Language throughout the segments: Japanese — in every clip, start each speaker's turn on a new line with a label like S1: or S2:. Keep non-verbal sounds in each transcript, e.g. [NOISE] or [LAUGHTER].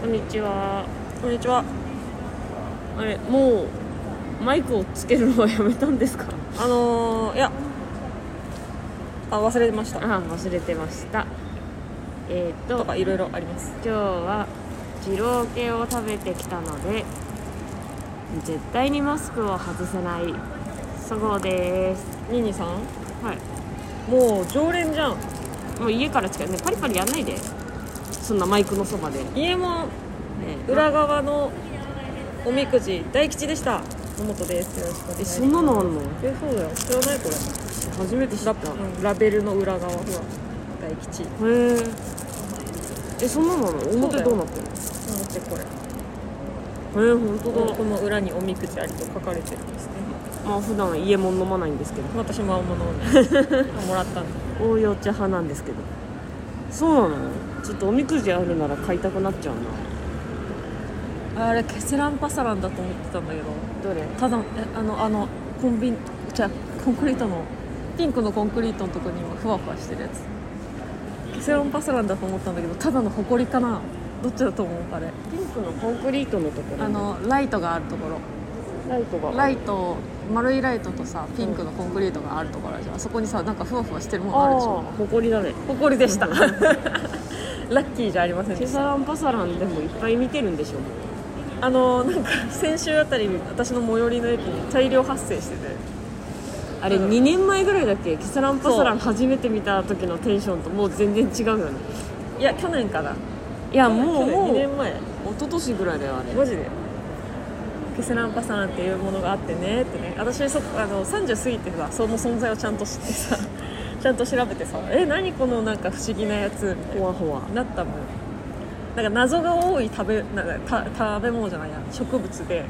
S1: こんにちは
S2: こんにちは
S1: あれもうマイクをつけるのはやめたんですか
S2: あのー、いやあ忘れてました
S1: あ忘れてましたえっ、ー、
S2: と
S1: と
S2: かいろいろあります
S1: 今日は二郎系を食べてきたので絶対にマスクを外せないそごうです
S2: ニーニーさん
S1: はい
S2: もう常連じゃん
S1: もう家から近いねパリパリやんないでそんなマイクのそばで、ね、
S2: 家も裏側のおみくじ大吉でした野本ですよろしくお願
S1: え
S2: いします
S1: そんなのあんの
S2: えそうだよ知らないこれ
S1: 初めて知ったへ
S2: ララベルの裏側ほら大吉なん
S1: ええそんなのあんの表どうなってる
S2: てこれ
S1: のえ本当だ
S2: この裏におみくじありと書かれてるんですね
S1: まあ普段家も飲まないんですけど
S2: 私も青物を [LAUGHS] ねもらったんで
S1: 応用茶派なんですけどそうなのちょっとおみくじあるなら買いたくなっちゃうな
S2: あれケセランパサランだと思ってたんだけど
S1: どれ
S2: ただえあのあのコンビニじゃコンクリートのピンクのコンクリートのとこに今ふわふわしてるやつケセランパサランだと思ったんだけどただのホコリかなどっちだと思う [LAUGHS] あれ
S1: ピンクのコンクリートのところ
S2: あのライトがあるところ
S1: ライトが
S2: ライト丸いライトとさピンクのコンクリートがあるところあるじゃんあそこにさなんかふわふわしてるものあるでしょ
S1: ほこりだね
S2: ホコリでしたラッキーじゃありません
S1: ケ
S2: でし
S1: サ
S2: た
S1: ランパサランでもいっぱい見てるんでしょも
S2: あのなんか先週あたり私の最寄りの駅に大量発生してて
S1: あれ
S2: うん
S1: 2年前ぐらいだっけケサランパサラン
S2: そ
S1: 初めて見た時のテンションともう全然違うよね
S2: いや去年かない
S1: やもう
S2: 去
S1: も
S2: 年2
S1: う
S2: 年前
S1: 一昨年ぐらいだよあれ
S2: マジでケセランパサランっていうものがあってねってね私そあの30過ぎてさその存在をちゃんと知ってさ [LAUGHS] ちゃんと調べてさえ何このなんか不思議なやつみたい
S1: ほわほわ
S2: ななったもんなんか謎が多い食べなんかた食べ物じゃないや植物で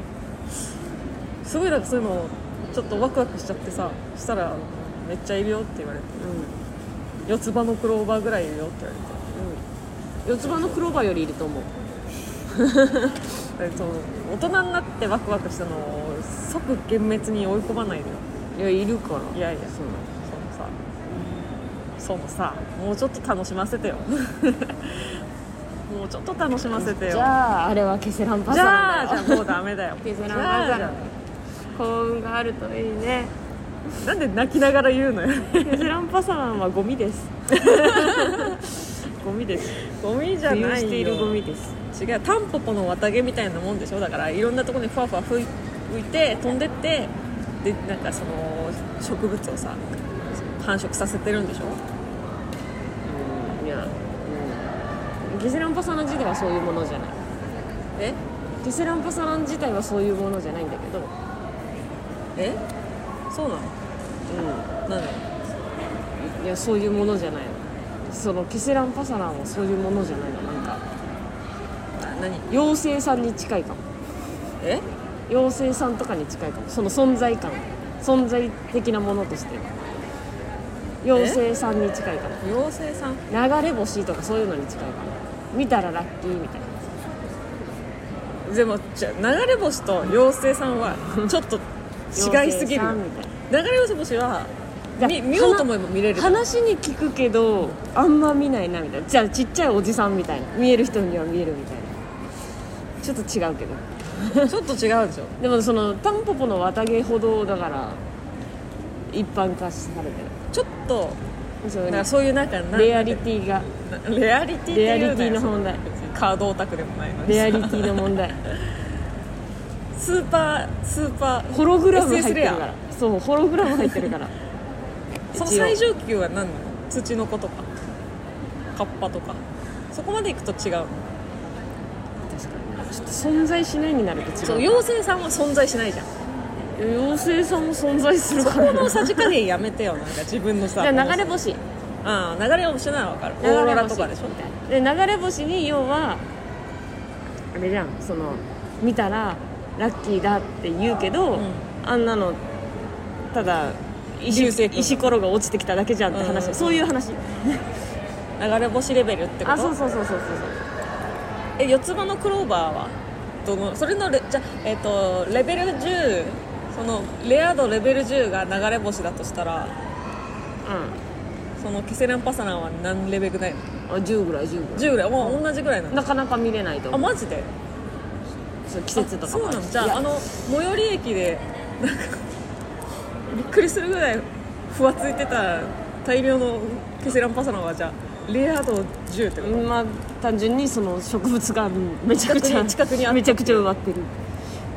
S2: すごいなんかそういうのをちょっとワクワクしちゃってさそしたらあのめっちゃいるよって言われて
S1: う
S2: 四つ葉のクローバーぐらいいるよって言わ
S1: んうん
S2: れて
S1: 四つ葉のクローバーよりいると思う
S2: えっと、大人になってワクワクしたのを即幻滅に追い込まないでよ
S1: いやいるから
S2: いやいや
S1: そうなの
S2: そのさそのさもうちょっと楽しませてよもうちょっと楽しませてよ
S1: じゃああれはケセランパ
S2: じ
S1: サ
S2: ゃ
S1: ラン
S2: あ
S1: だ
S2: じゃあ
S1: よ
S2: もうダメだよ
S1: ケセランパサ
S2: じ
S1: ラ
S2: ゃ
S1: ン幸運があるといいね
S2: あなんで泣きながら言うのよ
S1: ケセランパサランはゴミです
S2: ゴミですゴミじゃ
S1: 浮
S2: な
S1: 遊
S2: いよ
S1: しているゴミです
S2: 違うタンポポの綿毛みたいなもんでしょだからいろんなところにふわふわふい浮いて飛んでってでなんかその植物をさ繁殖させてるんでしょ
S1: うんいやうんケセランパサラン自体はそういうものじゃない
S2: え
S1: ケセランパサラン自体はそういうものじゃないんだけどう
S2: えそうなのなんで
S1: んいやそういうものじゃないのそのケセランパサランはそういうものじゃないのなんか
S2: な何
S1: 妖精さんに近いかも
S2: え
S1: 妖精さんとかに近いかもその存在感存在的なものとして妖精さんに近いか
S2: 妖精さん
S1: も流れ星とかそういうのに近いかも見たらラッキーみたいな
S2: でもじゃ流れ星と妖精さ
S1: [LAUGHS]
S2: んはちょっと違いす
S1: 妖精
S2: ぎる
S1: さ
S2: よ
S1: んみたいな
S2: 流れ星は
S1: じゃあ
S2: み見ようと思えば見れる
S1: 話に聞くけどあんま見ないなみたいなじゃあちっちゃいおじさんみたいな見える人には見えるみたいなちょっと違うけど
S2: ちょっと違うでしょ
S1: でもそのタンポポの綿毛ほどだから一般化されてる
S2: ちょっと
S1: そう
S2: なんかそういうなんかなん
S1: レアリティが
S2: なレアリティっていう
S1: レアリ
S2: よ
S1: ティの問題
S2: カードオタクでもないのに
S1: レ
S2: さ
S1: アリティの問
S2: [LAUGHS]
S1: 題
S2: スーパースーパー
S1: ホログラム入って
S2: SS
S1: る
S2: レ
S1: か
S2: ア
S1: らそうホログラム入ってるから
S2: その
S1: 一応
S2: 最上級は何なの土の子とかカッパとかそこまでいくと違うの
S1: 確かにちょっと存在しないになると違う
S2: そう妖精さんは存在しないじゃん
S1: 妖精さんも存在する
S2: そ
S1: か
S2: こ
S1: ら
S2: のさじ加減やめてよなんか自分の
S1: [LAUGHS]
S2: さ
S1: じゃあ流れ星
S2: ああ流れ星ならわかるオ
S1: 流れ星
S2: ーロラとかでしょ
S1: で流れ星に要はあれじゃんその見たらラッキーだって言うけど、
S2: ん
S1: あんなのただ石
S2: 流星群
S1: 石ころが落ちてきただけじゃんって話、
S2: うんうん
S1: そういう話
S2: 流れ星レベルってこと
S1: あそうそうそうそうそう
S2: え四つ葉のクローバーはどのそれのレじゃえっ、とレベル10そのレア度レベル10が流れ星だとしたら
S1: そう
S2: そのケセランパサランは何レベルぐらいなの
S1: うんあ10ぐらい10ぐらい
S2: 10ぐらいもう同じぐらいなの
S1: なかなか見れないと
S2: あ
S1: 思う
S2: マジで
S1: そう季節とか
S2: あそう
S1: も
S2: な
S1: る
S2: の
S1: し
S2: じゃ
S1: いや
S2: ああの最寄り駅でなんかびっくりするぐらいふわついてた大量のケセランパサナはじゃあレイアード10ってこと、
S1: まあ単純にその植物がめちゃくちゃ
S2: 近くに近くにあったってい
S1: め
S2: う
S1: ちゃくちゃ植わってる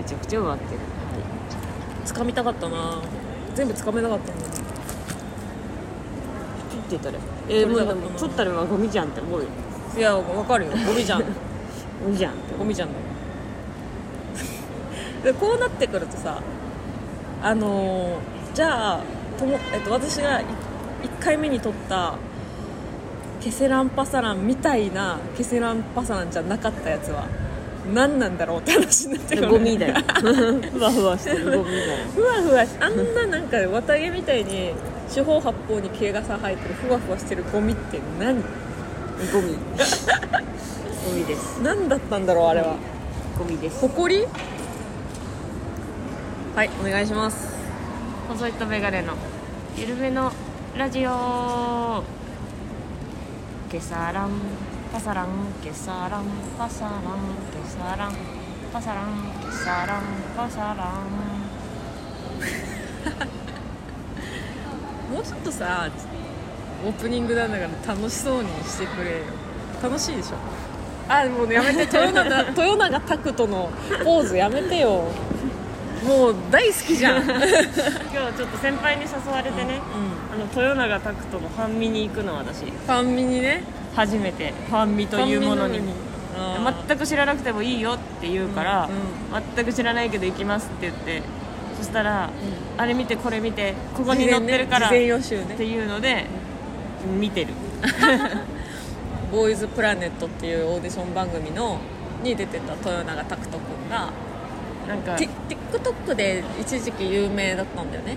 S1: めちゃくちゃ植わってる
S2: つかみたかったな全部つかめなかったんだ
S1: ピッて言ったらえー、もうでも
S2: 取
S1: 取
S2: れなかったな
S1: ったらゴミじゃんって思うよ
S2: いやわかるよゴミじゃん
S1: ゴミじゃんって
S2: ゴ
S1: 思う
S2: ミじゃんだよでこうなってくるとさあのーじゃあとも、えっと、私が1回目に撮ったケセランパサランみたいなケセランパサランじゃなかったやつは何なんだろうって話になってくる
S1: ゴミだよ [LAUGHS] ふわふわしてるゴミだよ
S2: ふわふわしあんななんか綿毛みたいに四方八方に毛がさ生えてるふわふわしてるゴミって何
S1: ゴミゴミです
S2: 何だったんだろうあれは
S1: ゴミです
S2: ほこりはいお願いします
S1: 細いとメガネのゆるめのラジオケサランパサランケサランパサランケサランパサランケサランパサラン
S2: もうちょっとさオープニングなんだから楽しそうにしてくれよ楽しいでしょあもうねやめて豊永 [LAUGHS] 豊永拓人のポーズやめてよもう大好きじゃん、うん、
S1: [LAUGHS] 今日ちょっと先輩に誘われてね、あの豊永拓人の半身に行くの私
S2: ファンミにね
S1: 初めて半身というものに全く知らなくてもいいよって言うから、
S2: う
S1: 全く知らないけど行きますって言ってそしたら、あれ見てこれ見てここに載ってるから、
S2: 事前予習ね
S1: っていうので見てる
S2: ボーイズプラネットっていうオーディション番組のに出てた豊永拓人君が、
S1: なんか
S2: Tik- TikTok で一時期有名だったんだよね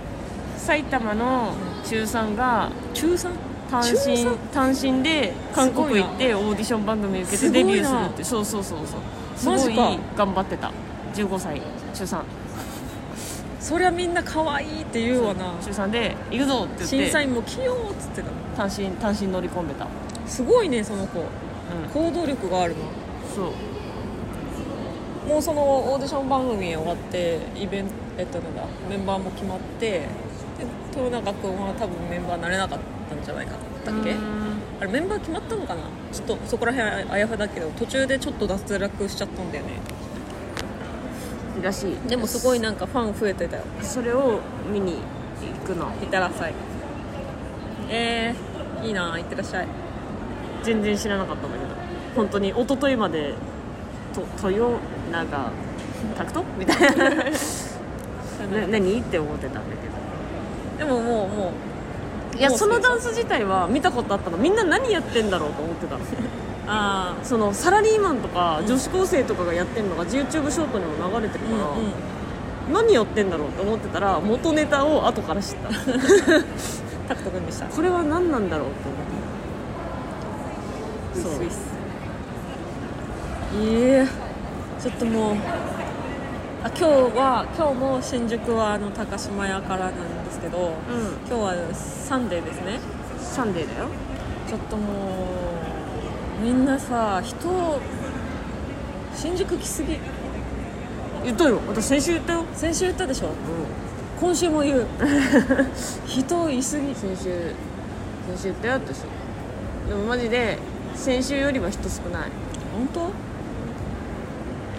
S1: 埼玉の中3が
S2: 中 3?
S1: 単身
S2: 中
S1: 単身で韓国行ってオーディション番組受けてデビューするってそうそうそうそう
S2: マ
S1: す
S2: ジ
S1: ごい
S2: か
S1: 頑張ってた15歳中3
S2: そりゃみんな可愛いって言うわな
S1: 中3で行くぞって言
S2: 審
S1: っ
S2: 査
S1: て
S2: 員も器用っつってた
S1: 単
S2: の
S1: 身単身乗り込んでた、うん、
S2: すごいねその子行動力があるの
S1: そう
S2: もうそのオーディション番組終わってイベント、えっと、なんだメンバーも決まってで豊永君は多分メンバーになれなかったんじゃないかだっけ、
S1: うん
S2: あれメンバー決まったのかなちょっとそこら辺あやふやだけど途中でちょっと脱落しちゃったんだよね
S1: らしい
S2: でもすごいなんかファン増えてたよ
S1: それを見に行くの
S2: いってらっしゃいえー、いいなあいってらっしゃい
S1: 全然知らなかったんだけど本当に一昨日までと豊永拓人みたい
S2: [LAUGHS]
S1: なな何って思ってたんだけど
S2: でももうも
S1: い
S2: うい
S1: やそのダン
S2: ス
S1: ス自体は見たことあったのみんな何やってんだろうと思ってた
S2: [LAUGHS] ああ
S1: そのサラリーマンとか女子高生とかがやってんのが YouTube ショートにも流れてる
S2: う
S1: か
S2: ん
S1: ら、
S2: うん
S1: 何やってんだろうと思ってたら元ネタを後から知った
S2: タクト君でした
S1: これは何なんだろうと思ってそ
S2: そう
S1: う
S2: いえちょっともうあ今日は今日も新宿はあの高島屋からなんですけど
S1: う
S2: 今日はサンデーですね
S1: んサンデーだよ
S2: ちょっともうみんなさ人を新宿来すぎ
S1: 言ったよ私先週言ったよ
S2: 先週言ったでしょ
S1: うん
S2: 今週も
S1: [LAUGHS]
S2: 言う人いすぎ
S1: 先週先週言ったよ私でもマジで先週よりは人少ない
S2: 本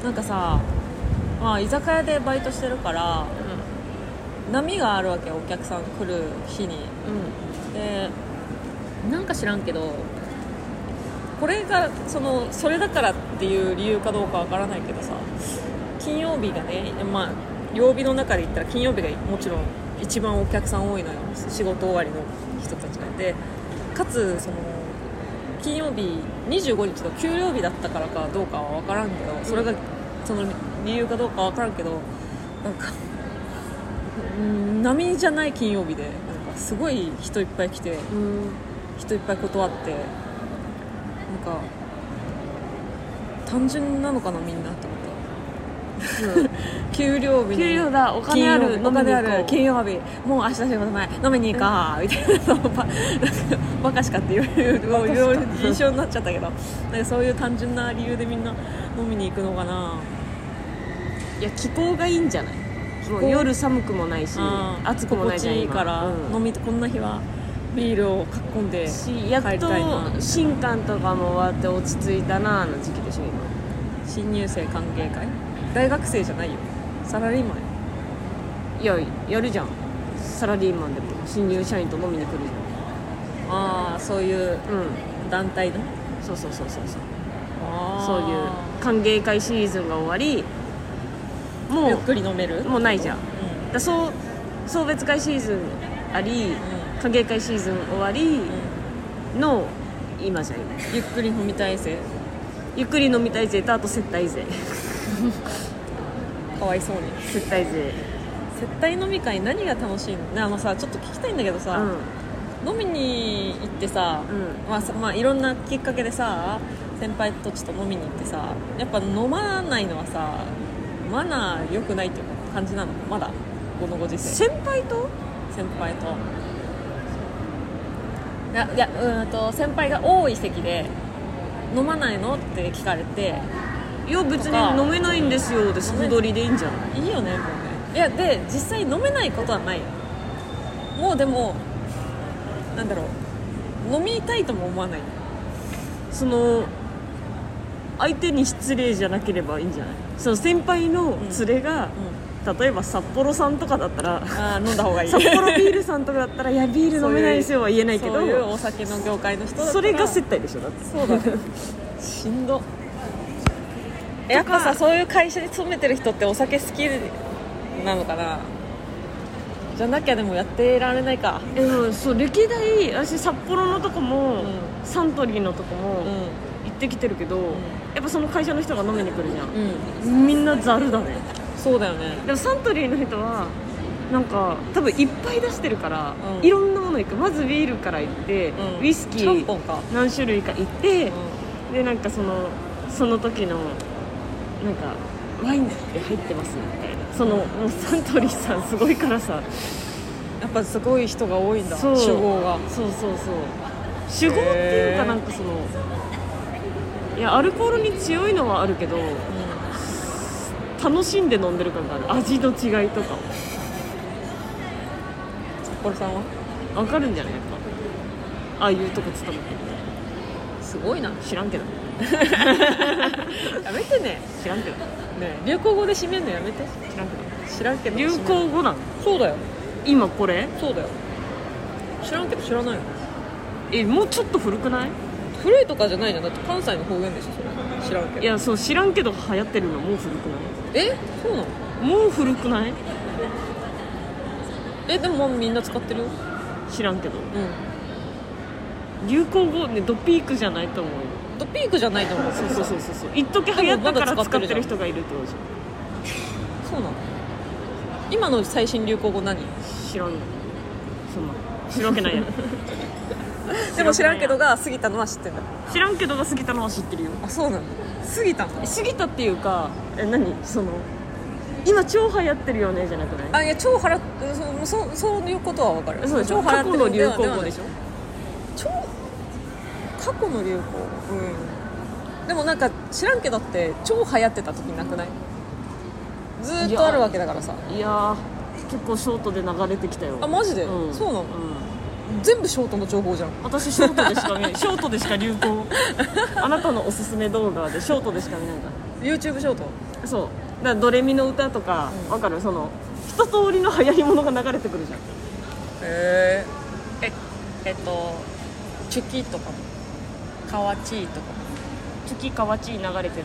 S2: 当なんかさまあ居酒屋でバイトしてるから
S1: う
S2: 波があるわけよお客さん来る日に
S1: ん
S2: でなんか知らんけどこれがそのそれだからっていう理由かどうかわからないけどさ金曜日がねまあ曜日の中で言ったら金曜日がもちろん一番お客さん多いのよ仕事終わりの人たちがでかつその金曜日25日の給料日だったからかどうかは分からんけどそれがその理由かどうかは分からんけどなんかうん波じゃない金曜日でなんかすごい人いっぱい来て
S1: うん
S2: 人いっぱい断ってなんか単純なのかなみんなと思っ [LAUGHS] 給料日の
S1: 給料だお金ある
S2: 金曜日お金あ
S1: 飲みに行こう
S2: る金曜日もう明日仕事ない飲みに行こうみたいな [LAUGHS] そうババカしかって言われるも
S1: バ
S2: う
S1: カしか
S2: 言われる印象になっちゃったけどなんかそういう単純な理由でみんな飲みに行くのかない
S1: や気候がいいんじゃない
S2: 候
S1: もう夜寒くもないし
S2: うん
S1: 暑くもないじゃん
S2: 心地いい
S1: 今
S2: から、
S1: うん
S2: 飲みこんな日はビールをかっこんで
S1: しやっ
S2: 帰りたい
S1: と
S2: な
S1: 新刊とかも終わって落ち着いたなあの時期でしょ今
S2: 新入生歓迎会大学生じゃないよサラリーマンよ
S1: いややるじゃんサラリーマンでも新入社員と飲みに来る
S2: ああそういう
S1: じゃんうん
S2: 団体の
S1: そうそうそうそうそうそういう
S2: あ
S1: 歓迎会シーズンが終わり
S2: ーゆっ
S1: も
S2: くり飲める
S1: うもうないじゃん
S2: うん
S1: だそう送別会シーズンあり歓迎会シーズン終わりの今じゃん今
S2: ゆっくり飲み体制
S1: ゆっくり飲みたい勢とあと接待勢
S2: かわいそうに
S1: 接待勢
S2: 接待飲み会何が楽しいのねあのさちょっと聞きたいんだけど
S1: う
S2: さ、
S1: ん
S2: 飲みに行ってさ、
S1: う
S2: まあさまあ、いろんなきっかけでさ先輩たちと飲みに行ってさやっぱ飲まないのはさマナー良くないっていう感じなのまだこのご時世
S1: 先輩と
S2: 先輩といやいやうーんと先輩が多い席で飲まないのって聞かれて
S1: いや別に飲めないんですよで素通りでいいんじゃない
S2: いいよねもうねいやで実際飲めないことはないよもうでもなんだろう飲みたいとも思わない
S1: その相手に失礼じゃなければいいんじゃないその先輩の連れが、例えば札幌さんとかだったら
S2: あー飲んだ方 [LAUGHS] がいい
S1: 札幌ビールさんとかだったら「いやビール飲めないですよ」は言えないけど
S2: そういうお酒の業界の人だったら
S1: それが接待でしょだって
S2: そうだねしんど [LAUGHS] やっぱさそういう会社に勤めてる人ってお酒好きなのかなじゃなきゃでもやってられないか
S1: えでもそう歴代私札幌のとこも、
S2: うん
S1: サントリーのとこも
S2: うんうん
S1: 行ってきてるけど、やっぱその会社の人が飲みに来るじゃん、みんなざるだね
S2: そうだよね
S1: でもサントリーの人はなんか多分いっぱい出してるから、
S2: うん
S1: いろんなもの行くまずビールから行って、
S2: うん
S1: ウイスキ
S2: ちゃんぽ
S1: ー
S2: んか
S1: 何種類か行って、でなんかそのその時のなんかワインって入ってますみたいなそのもうサントリーさんすごいからさ
S2: やっぱすごい人が多いんだ
S1: そう
S2: 酒豪が
S1: そうそうそう酒豪っていう
S2: へ
S1: か
S2: ー
S1: なんかそのいやアルコールに強いのはあるけど楽しんで飲んでる感がある味の違いとか
S2: これさんは
S1: わかるんじゃないやっぱああいうとこ勤めて
S2: すごいな
S1: 知らんけど
S2: やめてね
S1: 知らんけど
S2: ねえ流行語で締めるのやめて
S1: 知らんけ
S2: 知らんけ
S1: ど
S2: ど
S1: 流行語なん
S2: そうだよ
S1: 今これ
S2: そうだよ知らんけど知らないよ
S1: えもうちょっと古くない
S2: 古いとかじゃないじゃんだって関西の方言でしょそれ知らんけど
S1: いやそう知らんけど流行ってるのもう古くな
S2: えそうなの
S1: いもう古くない
S2: えでももうみんな使ってるよ
S1: 知らんけど
S2: うん
S1: 流行語ねドピークじゃないと思うよ
S2: とピークじゃないと思う
S1: そうそうそうそうそう一時流行ったから使ってる人がいるってことじ
S2: そうなの今の最新流行語何
S1: ゃん知らんのそんな知るわけないやん [LAUGHS]
S2: [LAUGHS] でも知らんけどが過ぎたのは知ってんだ
S1: 知らんけどが過ぎたのは知ってるよ
S2: あそうなの過ぎたの
S1: 過ぎたっていうかえ何その今超流行ってるよねじゃなくない
S2: あいや超払ってそうそうそういうことは分かる
S1: そうでしょ
S2: 超払
S1: 過
S2: って
S1: 去
S2: る
S1: の
S2: ので
S1: 流
S2: は
S1: 行語でし
S2: ょ
S1: ょ
S2: 超過去の流行語うんでもなんか知らんけどって超流行ってた時なくないずーっとあるわけだからさ
S1: いやー結構ショートで流れてきたよ
S2: あマジで、
S1: うん
S2: そうなの、
S1: ん
S2: 全部ショートの情報じゃん
S1: 私ショートでしか見ないショートでしか流行あなたのおすすめ動画でショートでしか見ないんだ
S2: YouTube ショート
S1: そうだからドレミの歌とか、わかるその一通りの流行りものが流れてくるじゃん
S2: へえええっとチュキとかもカワチーとかも
S1: チュキカワチー流れてくる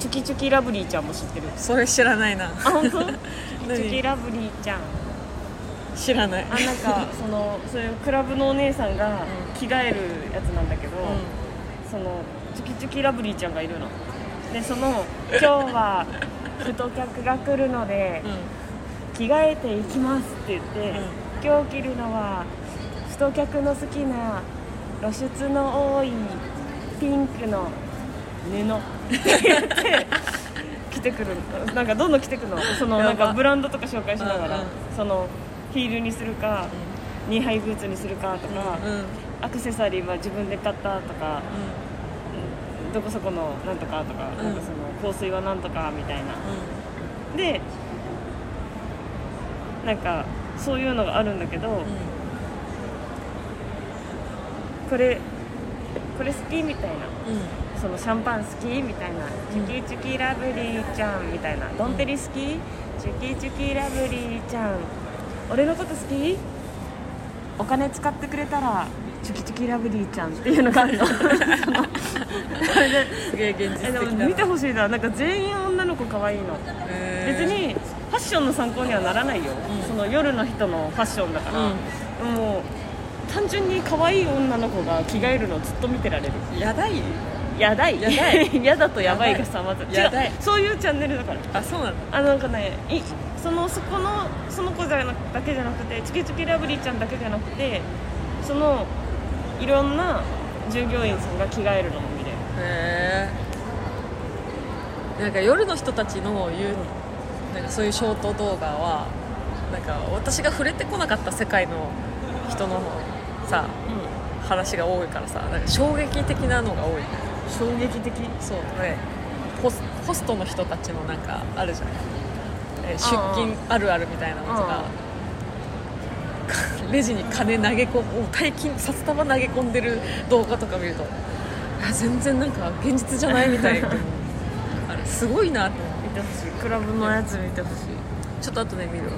S1: チュキチュキラブリーちゃんも知ってる
S2: それ知らないな
S1: あ本当チュ
S2: 何
S1: キチュキラブリーちゃん
S2: 知らない
S1: [LAUGHS] あなんかそのそういうクラブのお姉さんが
S2: う
S1: 着替えるやつなんだけど、
S2: う
S1: そのチュキチュキラブリーちゃんがいるのでその [LAUGHS] 「今日は太客が来るので
S2: ん、うん、
S1: 着替えていきます」って言って、今日着るのは太客の好きな露出の多いピンクの布って言っ
S2: [LAUGHS]
S1: て来てくるなんかどんどん来てくのその
S2: や
S1: な
S2: ば
S1: んかブランドとか紹介しながら、
S2: うんうん
S1: そのヒールにするか、ニーハイブーツにするかとか、
S2: うんうん
S1: アクセサリーは自分で買ったとかどこそこのなんとかとか,、
S2: うん
S1: なんかその香水はなんとかみたいなでなんかそういうのがあるんだけど、これこれ好きみたいな
S2: うんうん
S1: そのシャンパン好きみたいな「チュキチュキラブリーちゃん」みたいな「ドンペリ好き?」「チュキチュキラブリーちゃん」「俺のこと好き?」「お金使ってくれたらチュキチュキラブリーちゃん」っていうのがあるのその
S2: すげえ現
S1: [LAUGHS] [LAUGHS]
S2: 実
S1: えで
S2: 的
S1: も
S2: だ
S1: 見てほしいななんか全員女の子可愛いの別
S2: 別
S1: にファッションの参考にはならないよ、
S2: ん
S1: その夜の人のファッションだから、もう単純に可愛い女の子が着替えるのをずっと見てられる
S2: やだい
S1: やだい
S2: やだ
S1: [LAUGHS]
S2: い
S1: やだとやばいがさまず違
S2: やばいう
S1: そういうチャンネルだから
S2: あそうなんだ
S1: あなんかねいそのそこのその子じゃなだけじゃなくてチキチキラブリーちゃんだけじゃなくてそのいろんな従業員さんが着替えるのも見れる
S2: へえなんか夜の人たちの言うなんかそういうショート動画はなんか私が触れてこなかった世界の人のさ話が多いからさなんか衝撃的なのが多い
S1: 衝撃的
S2: そうねホスホストの人たちのなんかあるじゃんえー出
S1: うんう
S2: 勤
S1: ん
S2: あるあるみたいなのとか、レジに金投げ込むもう大金札束投げ込んでる動画とか見るとあ全然なんか現実じゃないみたい [LAUGHS] なあれすごいなって思う
S1: 見てほしいクラブのやつ見てほしい
S2: ちょっと後で見るわ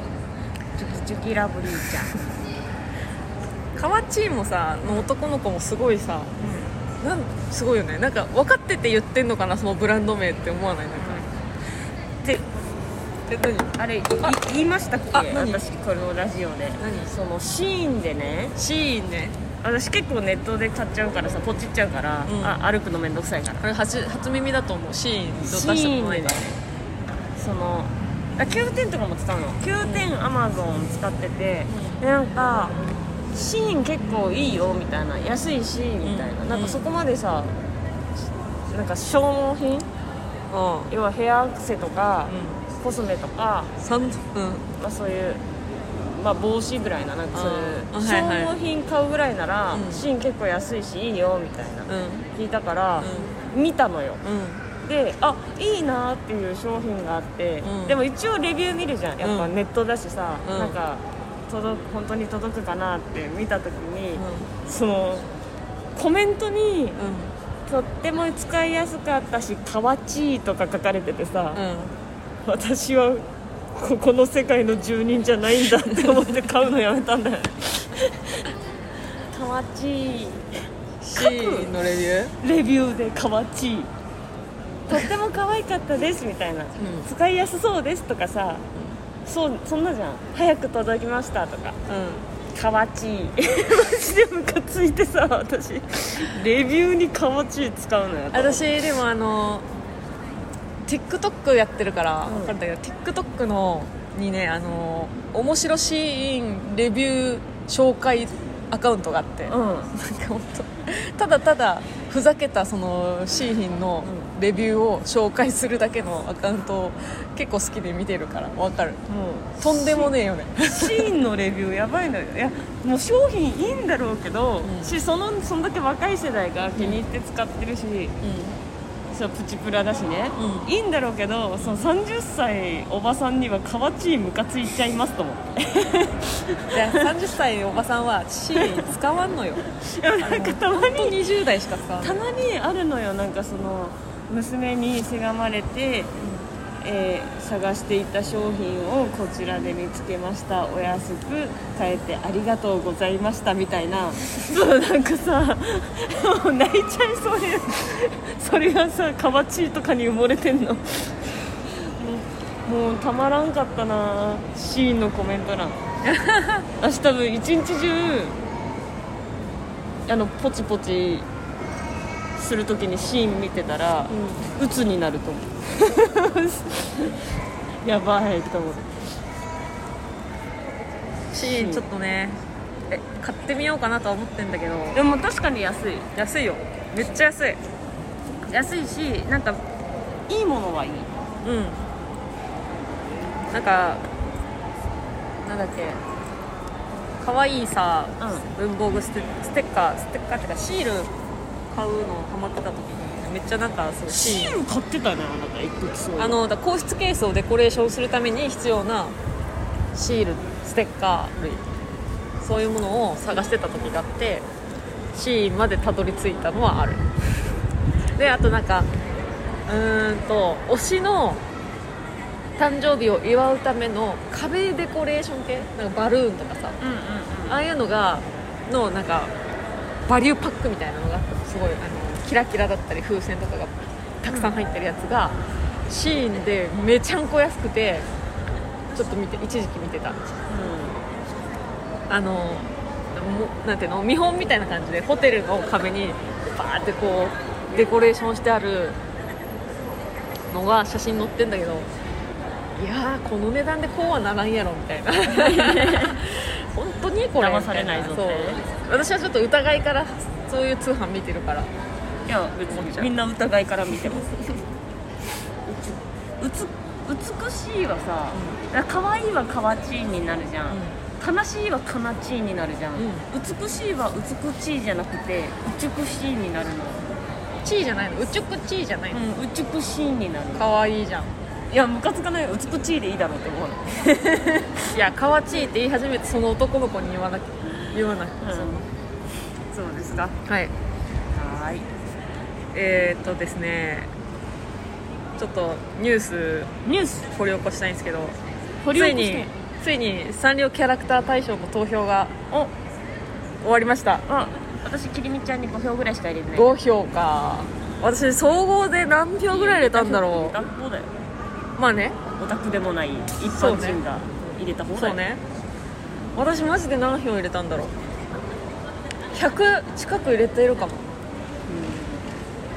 S1: チュキチュキラブリーちゃん、
S2: カワチーもさの男の子もすごいさなんすごいよねなんか分かってて言ってんのかなそのブランド名って思わないなんか
S1: で
S2: え何
S1: あれい
S2: あ
S1: 言いましたっけ
S2: あ何
S1: 私このラジオで
S2: 何
S1: そのシーンでね
S2: シーンね
S1: 私結構ネットで買っちゃうからさポチっちゃうから、
S2: うん
S1: あ歩くのめんどくさいから
S2: これ初初耳だと思うシーン
S1: シ
S2: 出した
S1: ー
S2: こ
S1: ン
S2: とな
S1: で
S2: い
S1: ね
S2: から
S1: そのあ9点とかも使うの9点アマゾン使ってて、でなんかシーン結構いいよみたいな安いしみたいな、
S2: うん
S1: なんかそこまでさなんか消耗品
S2: う
S1: 要はヘアアクセとか、
S2: ん
S1: コスメとか
S2: 三うん
S1: まあ、そういう、まあ、帽子ぐらいななんかそう
S2: あ
S1: いう
S2: ーはいはい
S1: 消耗品買うぐらいなら、
S2: うん
S1: シーン結構安いしいいよみたいな、
S2: うん
S1: 聞いたから、見たのよ
S2: う
S1: であいいなっていう商品があって、
S2: うん
S1: でも一応レビュー見るじゃんやっぱ
S2: うん
S1: ネットだしさ、
S2: うん
S1: なんか届く本当に届くかなって見た時に、
S2: ん
S1: そのコメントに
S2: うん
S1: 「とっても使いやすかったしかわちい」とか書かれててさ、
S2: うん
S1: 私はここの世界の住人じゃないんだって思って買うのやめたんだよねかわちい
S2: シーンのレビュー
S1: レビューでかわちいとっても可愛かったですみたいな、使いやすそうですとかさそうそんなじゃん早く届きましたとかかわちいマジでムカついてさ私レビューにかわちい使うのよ
S2: 私でもあの TikTok やってるから
S1: うん
S2: 分かるんだけど TikTok のにねあの面白シーンレビュー紹介アカウントがあって
S1: うんうん
S2: なんか本当ただただふざけたそのシーヒンのレビューを紹介するだけのアカウントを結構好きで見てるからわかるとんでもねえよね
S1: シーンのレビューやばいのよいやもう商品いいんだろうけど、
S2: うん
S1: しそのそんだけ若い世代が気に入って使ってるし、そうプチプラだしね、
S2: うん
S1: いいんだろうけどその30歳おばさんにはかわちいムカついちゃいますと思って
S2: じゃあ30歳のおばさんはシーン使わんのよ
S1: いやなんかたまに
S2: 本当20代しか使わん
S1: た
S2: の
S1: まにあるのよなんかその娘にせがまれて、えー探していた商品をこちらで見つけましたお安く買えてありがとうございましたみたいなそうなんかさもう泣いちゃいそうでそれがさかばちいとかに埋もれてんのもうもうたまらんかったなシーンのコメント欄私多分一日中あのポチポチするときにシーン見てたら、う鬱になると思う [LAUGHS] やばいと思って
S2: シーンちょっとねえ買ってみようかなとは思ってんだけど
S1: でも確かに安い
S2: 安いよめっちゃ安い
S1: 安いしなんかいいものはいい
S2: うん
S1: なんかなんだっけ
S2: 可愛いさ、
S1: う
S2: 文房具ステステッカーステッカーっていうかシール買うのハマってた時にめっちゃなんかすごい
S1: シール買ってたねあなた一時そう
S2: あのだから皇室ケースをデコレーションするために必要なシールステッカー類そういうものを探してた時があってシーンまでたどり着いたのはあるであとなんかうーんと推しの誕生日を祝うための壁デコレーション系なんかバルーンとかさ
S1: うんうんうん
S2: ああいうのがのなんかバリューパックみたいなのがあってすごいあのキラキラだったり風船とかがたくさん入ってるやつが、シーンでめちゃんこ安くてちょっと見て一時期見てたあのもなんていうの見本みたいな感じでホテルの壁にバーってこうデコレーションしてあるのが写真載ってんだけどいやーこの値段でこうはならんやろみたいな本当にこれ
S1: 騙されないぞ
S2: み
S1: ったて
S2: いそう私はちょっと疑いからそういう通販見てるから
S1: いや別にみんな疑いから見てます [LAUGHS] うつ美しいはさ、可愛いはかわちいになるじゃん、悲しいはかなちいになるじゃん、
S2: うん
S1: 美しいは美ちいじゃなくて美しいになるの
S2: チーじゃないのうちゅくチーじゃないの、
S1: うん美しいになる
S2: かわいいじゃん
S1: いやムカつかない美ちいでいいだろうって思うの
S2: いやかわちいって言い始めてその男の子に言わなきゃ言わなきゃ、
S1: そうですか
S2: はい
S1: はーい
S2: えー、っとですねちょっとニュース
S1: ニュース
S2: 掘り起こしたいんですけど
S1: 掘り
S2: つ
S1: 起
S2: い
S1: こし
S2: に
S1: て
S2: ついにサンリオキャラクター大賞の投票が
S1: お
S2: 終わりました
S1: あ私きりみちゃんに5票ぐらいしか入れてない
S2: 5票か私総合で何票ぐらい入れたんだろ
S1: 学校だよ
S2: うまあね
S1: オタクでもない一般人が入れた方だ
S2: そう
S1: よ、
S2: ね私マジで何票入れたんだろう100近く入れてるかも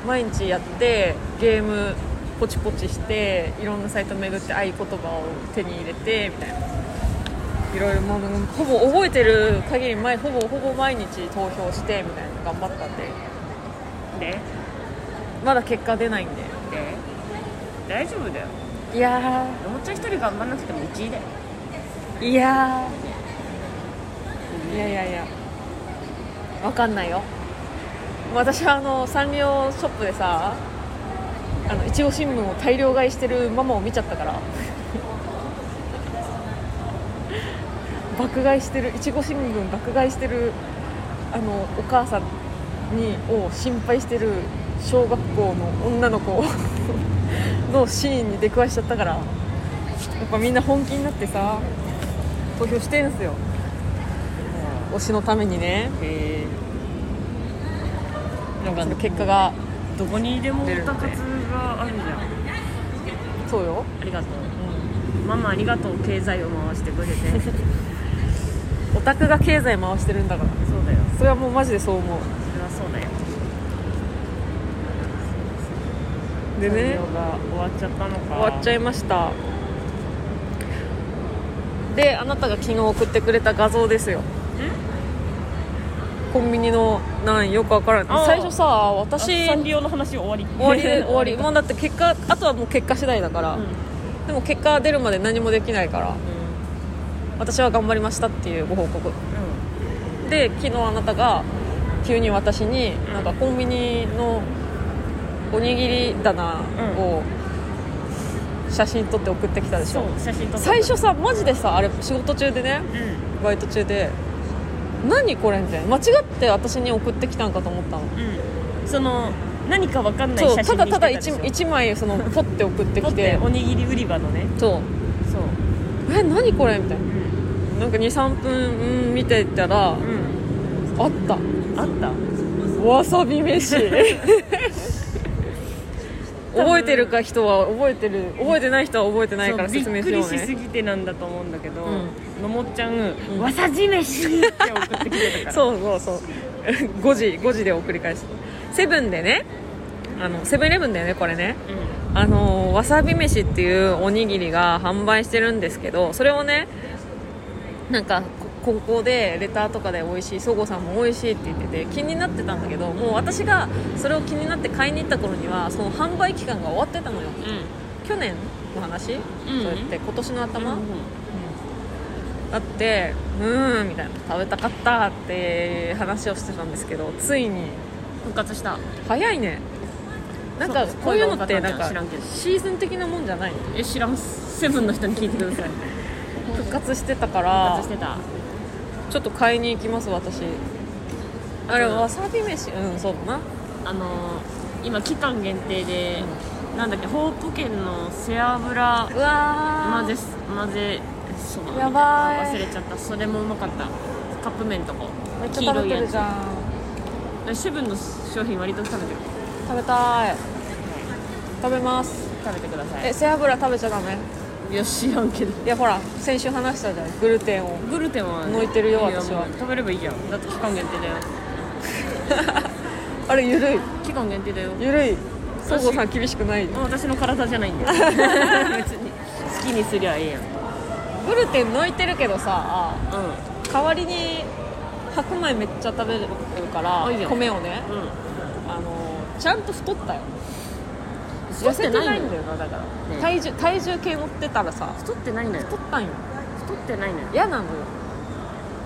S2: 毎日やってゲームポチポチしていろんなサイト巡って合言葉を手に入れてみたいないろいろもうほぼ覚えてる限り前ほぼほぼ毎日投票してみたいな頑張ったんで
S1: うん、でで
S2: まだ結果出ないんで
S1: 大丈夫だよ
S2: いや
S1: もっちゃん一人頑張んなくても1位だよ
S2: ーいやーいやいやいやわかんないよ私はあのサンリオショップでさあのいちご新聞を大量買いしてるママを見ちゃったから [LAUGHS] 爆買いしてるいちご新聞爆買いしてるあのお母さんにを心配してる小学校の女の子 [LAUGHS] のシーンに出くわしちゃったからやっぱみんな本気になってさ投票してるんですよ推しのためにね
S1: へえなん
S2: その
S1: か
S2: 結果が
S1: どこにでもオタ活があるじゃん
S2: そうよ、
S1: ありがとうママありがとう経済を回してくれてそう
S2: オタクが経済回してるんだから
S1: だよ
S2: それはもうマジでそう思う
S1: それはそうだよ
S2: でね
S1: 産業が終わっちゃったのか
S2: 終わっちゃ
S1: い
S2: いましたであなたが昨日送ってくれた画像ですよコンビニのなんよくわからな
S1: あ
S2: い
S1: ー
S2: 最初さ私
S1: 私サン
S2: 終
S1: リオの話終わり終
S2: わ
S1: [LAUGHS]
S2: りで終わり
S1: うん
S2: もうだって結果あとはもう結果次第だから、でも結果出るまで何もできないから私は頑張りましたっていうご報告で昨日あなたが急に私になんかコンビニのおにぎり棚を写真撮って送ってきたでし
S1: そ
S2: ょ、
S1: う写真撮って
S2: 最初さマジでさあれ仕事中でね
S1: うん
S2: バイト中で何これみたいな間違って私に送ってきたんかと思ったの
S1: うんその何かわかんない
S2: そう
S1: 写
S2: た
S1: 真
S2: だ
S1: に
S2: た
S1: して
S2: だ
S1: でしょ
S2: 1, 枚そのポッて送って
S1: 撮
S2: き
S1: ってておにぎり売り場のね
S2: そう
S1: そう
S2: え何これみたいな
S1: うん
S2: なんか23分うん見てたらあった
S1: あった
S2: わさび飯 [LAUGHS] 覚えてるか人は覚えてる覚えてない人は覚えてないから
S1: そう
S2: 説明しよ
S1: びっ
S2: う
S1: くりしす
S2: ね
S1: ぎてなんだと思うんだけど、
S2: うん
S1: のもっちゃん、
S2: ん
S1: わさじ飯って送ってきてたから
S2: そうそうそう [LAUGHS] 5時5時で送り返すセブンでねあのセブンイレブンだよねこれね
S1: うん、
S2: あのわさび飯っていうおにぎりが販売してるんですけどそれをねなんか高校でレターとかで美味しいそごうさんも美味しいって言ってて気になってたんだけどもう私がそれを気になって買いに行った頃にはその販売期間が終わってたのよ去年の話、
S1: うん
S2: そうやって今年の頭、
S1: 頭
S2: あってうーんみたいな食べたかったって話をしてたんですけどついに
S1: 復活した
S2: 早いねなんか
S1: そう
S2: こういうのってなんか
S1: 知らんけど
S2: シーズン的なもんじゃない
S1: え知らんセブンの人に聞いてください
S2: 復活してたか
S1: 復
S2: ら
S1: 活してた
S2: ちょっと買いに行きます私あれ
S1: あと
S2: わさび飯うんそうだな
S1: あのー今期間限定で、なんだっけホープ県の背脂
S2: うわ
S1: 混ぜ
S2: ー
S1: 混ぜそばみた
S2: やばい
S1: 忘れちゃったそれもうまかったカップ麺とか
S2: めっち
S1: 黄
S2: ゃ
S1: 色
S2: 食
S1: い
S2: べて
S1: や
S2: る
S1: つ
S2: じゃん
S1: えセブンの商品割と食べてる
S2: 食べたい食べます
S1: 食べてくださ
S2: え背脂食べちゃダメ
S1: いいや知らんけど
S2: いやほら先週話したじゃんグルテンを
S1: グルテンは
S2: 抜いてるよ
S1: や
S2: 私は
S1: もう食べればいいじゃんだって期間限定だよ
S2: あれゆるい
S1: 期間限定だよ
S2: ゆるいそごうさん厳しくない
S1: 私の体じゃないんだ
S2: [LAUGHS]
S1: よ別に好きにすりゃええやん
S2: グルテン抜いてるけどさ
S1: う
S2: 代わりに白米めっちゃ食べるから
S1: あいいじゃん
S2: 米をね
S1: んうん
S2: あのちゃんと太ったよ
S1: 太ってない
S2: 痩せてないん
S1: ん
S2: だ
S1: だよなだから、
S2: 体重体重計乗ってたらさ
S1: 太ってないのよ
S2: 太ったんよ
S1: 太ってないのよ
S2: 嫌なのよ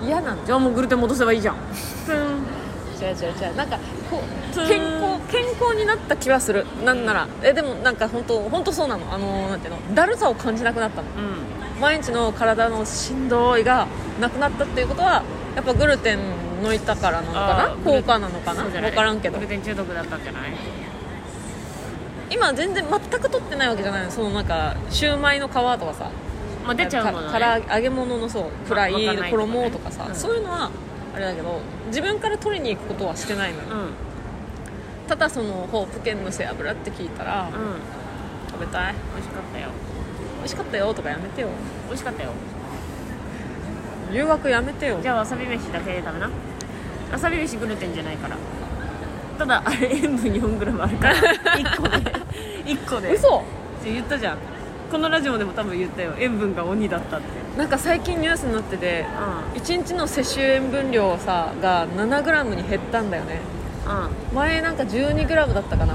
S2: 嫌なの
S1: じゃあもうグルテン戻せばいい
S2: [LAUGHS]
S1: じゃん
S2: 違う違う違うなんかこう
S1: つーん
S2: 健康健康になった気はするなんならえでもなんか本当本当そうなのあのなんていうのだるさを感じなくなったの
S1: う
S2: 毎日の体のしんどいがなくなったっていうことはやっぱグルテン抜いたからなのか
S1: あー
S2: な効果なのかな
S1: そうじゃい
S2: 分からんけど
S1: グルテン中毒だったんじゃない
S2: 今全然全く取ってないわけじゃないのそのなんかシューマイの皮とかさ
S1: まあ出ちゃうもの
S2: かから
S1: ね
S2: 揚げ物のそうフライ
S1: まあまかないとかね
S2: 衣とかさ、
S1: うん
S2: そういうのはあれだけど自分から取りに行くことはしてないのよ、
S1: うんうん
S2: ただそのホープ県の背脂って聞いたら、食べたい
S1: 美味しかったよ
S2: 美味しかったよとかやめてよ
S1: 美味しかったよ
S2: 誘惑やめてよ
S1: じゃあわさび飯だけで食べなわさび飯グルテンじゃないからただあれ塩分 4g ある [LAUGHS] から1個で1個で
S2: 嘘
S1: 言ったじゃんこのラジオでも多分言ったよ塩分が鬼だったって
S2: なんか最近ニュースになってて
S1: う
S2: 1日の摂取塩分量さが 7g に減ったんだよ
S1: ん
S2: ね
S1: うん
S2: 前なんか 12g だったかな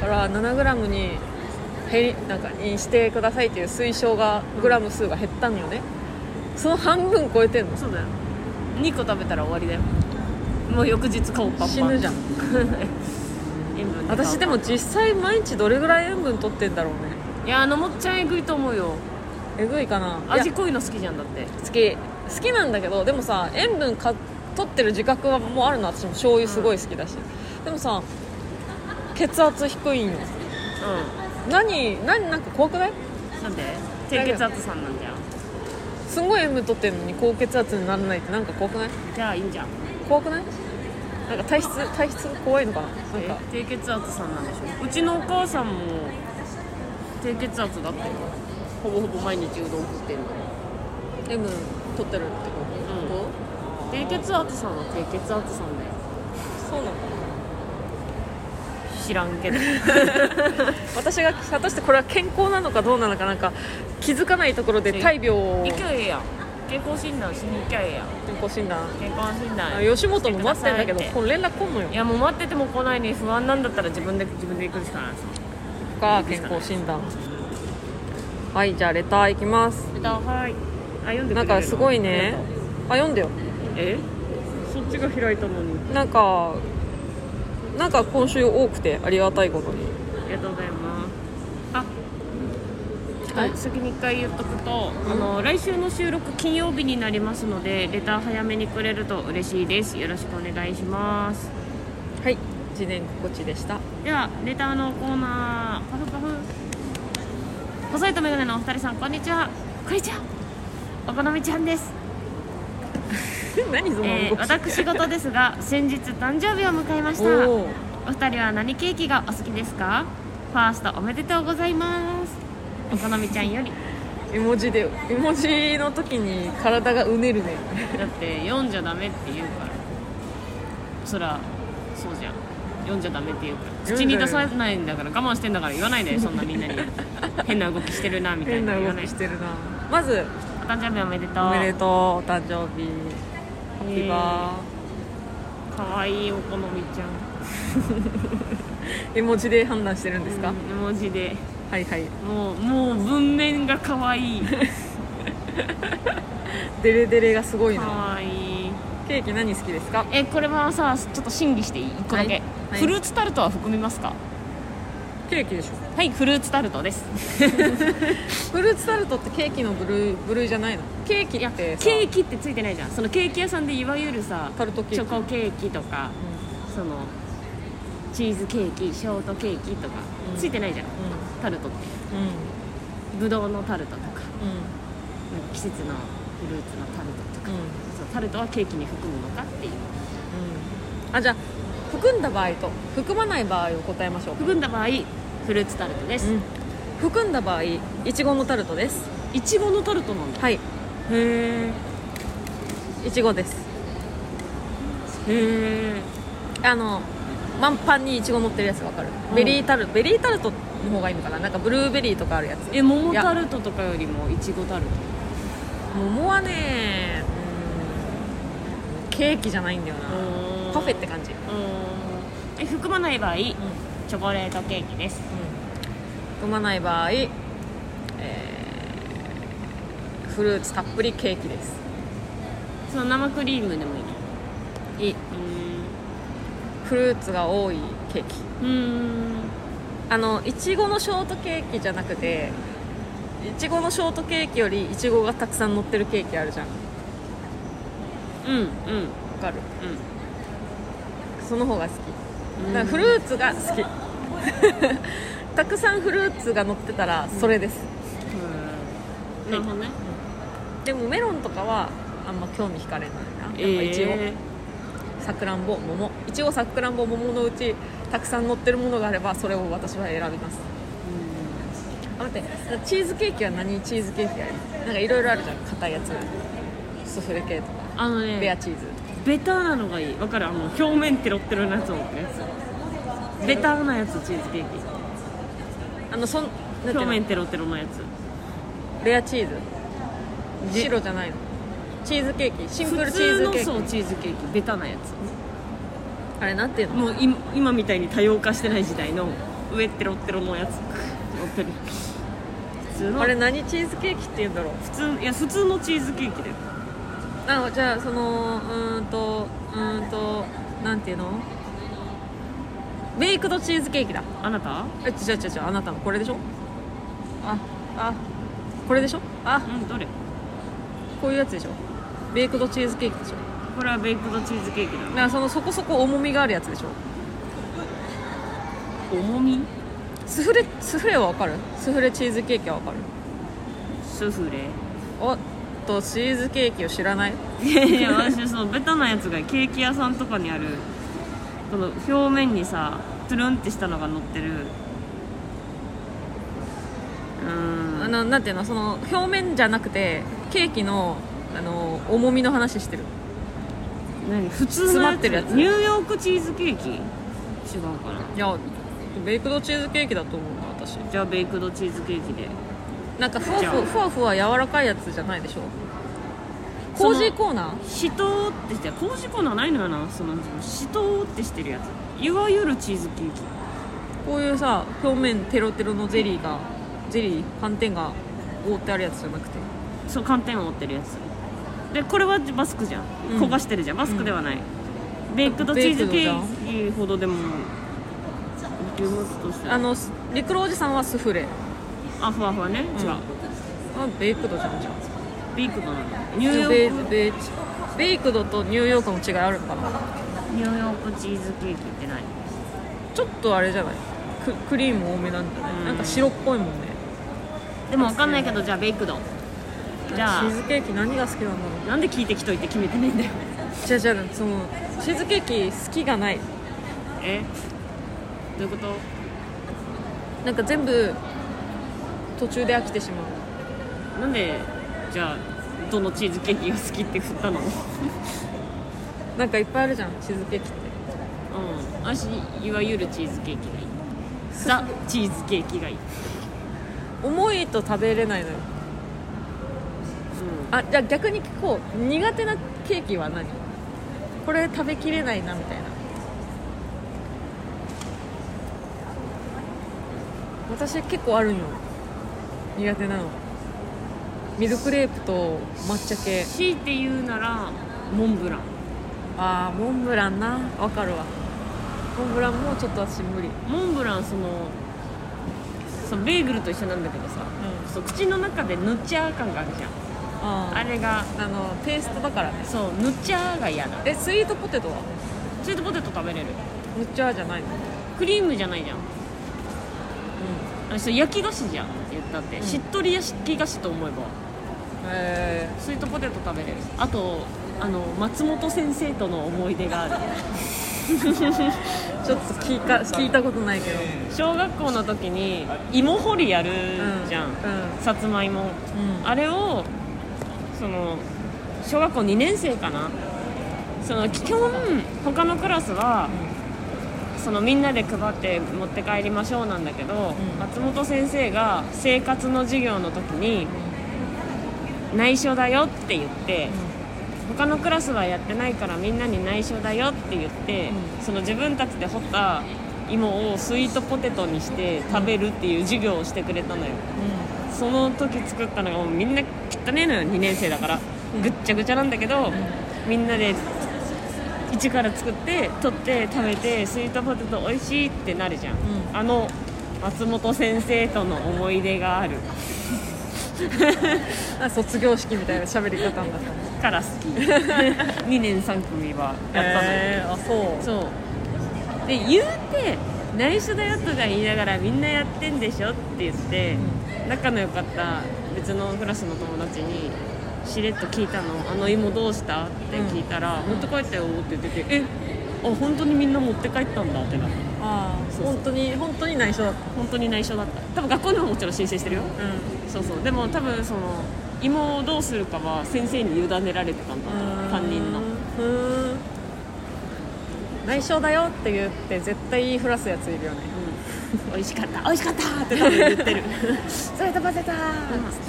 S2: だから 7g に減りなんかにしてくださいっていう推奨がグラム数が減ったんよねその半分超えてんの
S1: そうだよ2個食べたら終わりだよもう翌日顔パンパン
S2: 死
S1: [LAUGHS]
S2: ぬじゃん
S1: 塩分顔パン
S2: 私でも実際毎日どれぐらい塩分取ってんだろうね
S1: いやあのもっちゃんえぐいと思うよ
S2: えぐいかないや
S1: 味濃いの好きじゃんだって
S2: 好き好きなんだけどでもさ塩分か取ってる自覚はもうあるの私も醤油すごい好きだし、でもさ血圧低いんよ
S1: う
S2: 何何なんか怖くない
S1: んなんで低血圧さんなんじゃん
S2: すんごい塩分取ってるのに高血圧にならないってなんか怖くない
S1: じゃあいいんじゃん
S2: 怖くないなんか体質体質が怖いのかななんか
S1: え低血圧さんなんでしょうちのお母さんも低血圧だったよほぼほぼ毎日うどん食ってるの
S2: 塩分取ってるってこと、
S1: 低血圧さんは低血圧さんだよ
S2: そうなの
S1: 知らん [LAUGHS] けど
S2: 私が果たしてこれは健康なのかどうなのかなんか気づかないところで大病を
S1: 行きゃええやん健康診断しに行きゃええやん
S2: 健康診断
S1: 健康診断
S2: 吉本も待ってんだけど
S1: してく
S2: この連絡来んのよ
S1: いやもう待ってても来ないに不安なんだったら自分で自分で行くしかない
S2: か健康診断はいじゃあレターいきます
S1: えっとはいあ読んでくれる
S2: なんかすごいねあ読んでよ
S1: えそっちが開いたのに
S2: なんかなんか今週多くてありがたいことに
S1: ありがとうございますあ、
S2: はい
S1: 先に一回言っとくと、あの来週の収録金曜日になりますのでレター早めにくれると嬉しいですよろしくお願いします
S2: はい自然心地でした
S1: ではレターのコーナーパフパフ細いとメガネのお二人さんこんにちはこんにちはお好みちゃんです
S2: 何その動き、
S1: えー私事ですが先日誕生日を迎えました
S2: お
S1: お
S2: ー
S1: 二人は何ケーキがお好きですかファーストおめでとうございますお好みちゃんより
S2: 絵文字で絵文字の時に体がうねるね
S1: だって読んじゃダメって言うからそらそうじゃん読んじゃダメって言うから口に出さないんだから我慢してんだから言わないでそんなみんなに変な動きしてるなみたい
S2: 変
S1: な
S2: な
S1: 言わ
S2: 動
S1: ない
S2: きしてるなまず
S1: 誕生日おめでとう
S2: おめでとうお誕生日ハッピーバ
S1: ーかわいいお好みちゃん
S2: ー絵文字で判断してるんですか、
S1: うん絵文字で
S2: はいはい
S1: もうもう文面がかわいい
S2: デレデレがすごい
S1: か
S2: な
S1: わいい
S2: ケーキ何好きですか
S1: えこれはさちょっと審議していい1個だけ、
S2: はいはい
S1: フルーツタルトは含みますか
S2: ケーキでしょ
S1: はいフルーツタルトです
S2: フルーツタルトってケーキの部類部類じゃないのケーキ
S1: いや
S2: っ
S1: ケ
S2: てさ
S1: ーキってついてないじゃんそのケーキ屋さんでいわゆるさ
S2: タルトケーキ
S1: チョコケーキとかそのチーズケーキショートケーキとか、
S2: うん
S1: ついてないじゃん
S2: うん
S1: タルトって
S2: うんうん
S1: ぶどうのタルトとかなんか
S2: うん
S1: 季節のフルーツのタルトとか、
S2: うん
S1: そうタルトはケーキに含むのかっていう
S2: うんあじゃあ含んだ場合と含まない場合を答えましょう
S1: 含んだ場合フルーツタルトです、
S2: うん含んだ場合いちごのタルトです
S1: いちごのタルトなんだ
S2: はい
S1: へ
S2: いちごです
S1: えへえ
S2: あの満パンにいちご乗ってるやつわかる、
S1: うん
S2: ベリータルトベリータルトの方がいいのかななんかブルーベリーとかあるやつ
S1: え桃タルトとかよりもいちごタルト
S2: 桃はねうんケーキじゃないんだよなパフェって感じ、うん
S1: うんえ含まない場合チョコレートケーキです
S2: 含まない場合、えーフルーツたっぷりケーキです
S1: その生クリームでもいいの
S2: いいフルーツが多いケーキ
S1: うーん
S2: あのいちごのショートケーキじゃなくていちごのショートケーキよりいちごがたくさん乗ってるケーキあるじゃんわ
S1: うんうんうん
S2: かるその方が好
S1: うん
S2: きだからフルーツが好き [LAUGHS] たくさんフルーツが乗ってたらそれです、
S1: なるほどね
S2: でもメロンとかはあんま興味惹かれないなやっぱいちご、
S1: え
S2: さくらんぼ桃いちごさくらんぼ桃のうちたくさん乗ってるものがあればそれを私は選びますあ待ってチーズケーキは何チーズケーキがいいなんかいろいろあるじゃん硬いやつスフレ系とか
S1: ーあの
S2: レア
S1: ね
S2: チーズ
S1: ベターなのがいいわかるあの表面テロッテロなやつを持ってるやつベターなやつチーズケーキ
S2: あのそんなん
S1: 表
S2: ていう
S1: 面
S2: の
S1: テロテロのやつ
S2: レアチーズ
S1: で
S2: 白じゃないのチーズケーキシンプル
S1: 普
S2: チー
S1: 通
S2: ズ
S1: の
S2: ケーキ
S1: そうチーズケーキベタなやつ
S2: あれなんていうの
S1: もう今今みたいに多様化してない時代の上ってロってロのやつ乗ってる普通の
S2: あれ何チーズケーキって言うんだろう
S1: 普通いや普通のチーズケーキだよ
S2: あじゃあそのうーんとうーんとなんていうのベイクドチーズケーキだ
S1: あなた
S2: え違う違う違うあなたのこれでしょああこれでしょあ
S1: うんどれ
S2: こういうやつでしょベイクドチーズケーキでしょ
S1: これはベイクドチーズケーキだ
S2: だからそのそこそこ重みがあるやつでしょ
S1: 重み
S2: スフレスフレはわかるスフレチーズケーキはわかる
S1: スフレ
S2: おっとチーズケーキを知らない
S1: いやいや私そのベタなやつがケーキ屋さんとかにあるこの表面にさトゥルンってしたのが乗ってるうー
S2: あ
S1: ん
S2: のなんていうのその表面じゃなくてケーキのあの重みの話してる
S1: 何普通
S2: 詰
S1: の
S2: ま
S1: や
S2: っ
S1: つ
S2: てるやつ
S1: ニューヨークチーズケーキ違うかない
S2: やベイクドチーズケーキだと思うんだ私
S1: じゃあベイクドチーズケーキで
S2: なんかふわ
S1: じゃ
S2: ふ
S1: あ
S2: わふわふわ柔らかいやつじゃないでしょ
S1: そ
S2: コ
S1: の
S2: ージーコーナー
S1: 人ってして工事コーナーないのよなその人ってしてるやついわゆるチーズケーキ
S2: こういうさ表面テロテロのゼリーがゼリー寒天が覆ってあるやつじゃなくて
S1: そう寒天を持ってるやつでこれはバスクじゃん、
S2: うん
S1: 焦がしてるじゃんバスクではない、ベイクドチーズケーキほどでも牛もつとして
S2: あのす陸路おじさんはスフレ
S1: あふわふわね、違う
S2: あベイクドじゃんじゃん
S1: ベイクドなのニューヨ
S2: ベイ
S1: ーク
S2: ベイベイクドとニューヨークの違いあるのかな
S1: ニューヨークチーズケーキってない
S2: ちょっとあれじゃないククリーム多めなんじゃない、
S1: うん
S2: なんか白っぽいもんね
S1: でもわかんないけどじゃあベイクドじゃあ
S2: チーズケーキ何が好きなんだろう
S1: なんで聞いてきといて決めてないんだよ
S2: じゃあじゃあそのチーズケーキ好きがない
S1: [LAUGHS] えどういうこと
S2: なんか全部途中で飽きてしまう
S1: なんでじゃあどのチーズケーキが好きって振ったのう
S2: なんかいっぱいあるじゃんチーズケーキって
S1: ん私いわゆるチーズケーキがいいザ・チーズケーキがいい
S2: 重いと食べれないのよあじゃあ逆に聞こう苦手なケーキは何これ食べきれないなみたいな私結構あるんよ苦手なのミルクレープと抹茶系
S1: 強いて言うならモンブラン
S2: ああモンブランなわかるわモンブランもちょっと私無理
S1: モンブランそのそうベーグルと一緒なんだけどさ、
S2: う
S1: そう口の中でぬっちゃー感があるじゃん
S2: あ
S1: あれが
S2: あのペーストだからね
S1: そうぬっちゃーが嫌だ
S2: えスイートポテトは
S1: スイートポテト食べれる
S2: むっちゃじゃないの
S1: クリームじゃないじゃんあそう焼き菓子じゃん言ったって、
S2: うん
S1: しっとり焼き菓子と思えば
S2: え
S1: スイートポテト食べれるあとあの松本先生との思い出がある
S2: ー、ちょっと聞いか聞いたことないけど
S1: 小学校の時に芋掘りやるじゃん、
S2: う
S1: さつまいも
S2: んうん
S1: あれをその小学校2年生かなその基本他のクラスはそのみんなで配って持って帰りましょうなんだけど、
S2: ん
S1: 松本先生が生活の授業の時に内緒だよって言って、他のクラスはやってないからみんなに内緒だよって言って、
S2: う
S1: その自分たちで掘った芋をスイートポテトにして食べるっていう授業をしてくれたのよその時作ったのがもうみんな汚ねえのよ2年生だからぐっちゃぐちゃなんだけどみんなで一から作って取って食べてスイートポテト美味しいってなるじゃん、
S2: う
S1: あの松本先生との思い出がある
S2: あ卒業式みたいな喋り方なんだった
S1: から好 [LAUGHS] き2年3組はやったのよ、
S2: えー、あそう
S1: そうで言うて内緒だよとか言いながらみんなやってんでしょって言って仲の良かった別のクラスの友達にしれっと聞いたの「あの芋どうした?」って聞いたら「持って帰ったよ」って言ってて「えあ本当にみんな持って帰ったんだ」ってなって
S2: ああ
S1: そう
S2: 本当に本当に内緒だった
S1: 本当に内緒だった多分学校にももちろん申請してるよ
S2: うん
S1: そうそうでも多分その芋をどうするかは先生に委ねられてたんだと担任
S2: [LAUGHS]
S1: の
S2: うん内緒だよって言って絶対言いふらすやついるよね
S1: うん美味しかった美味しかったって多分言ってる
S2: それ
S1: それと
S2: とポテトー
S1: また大した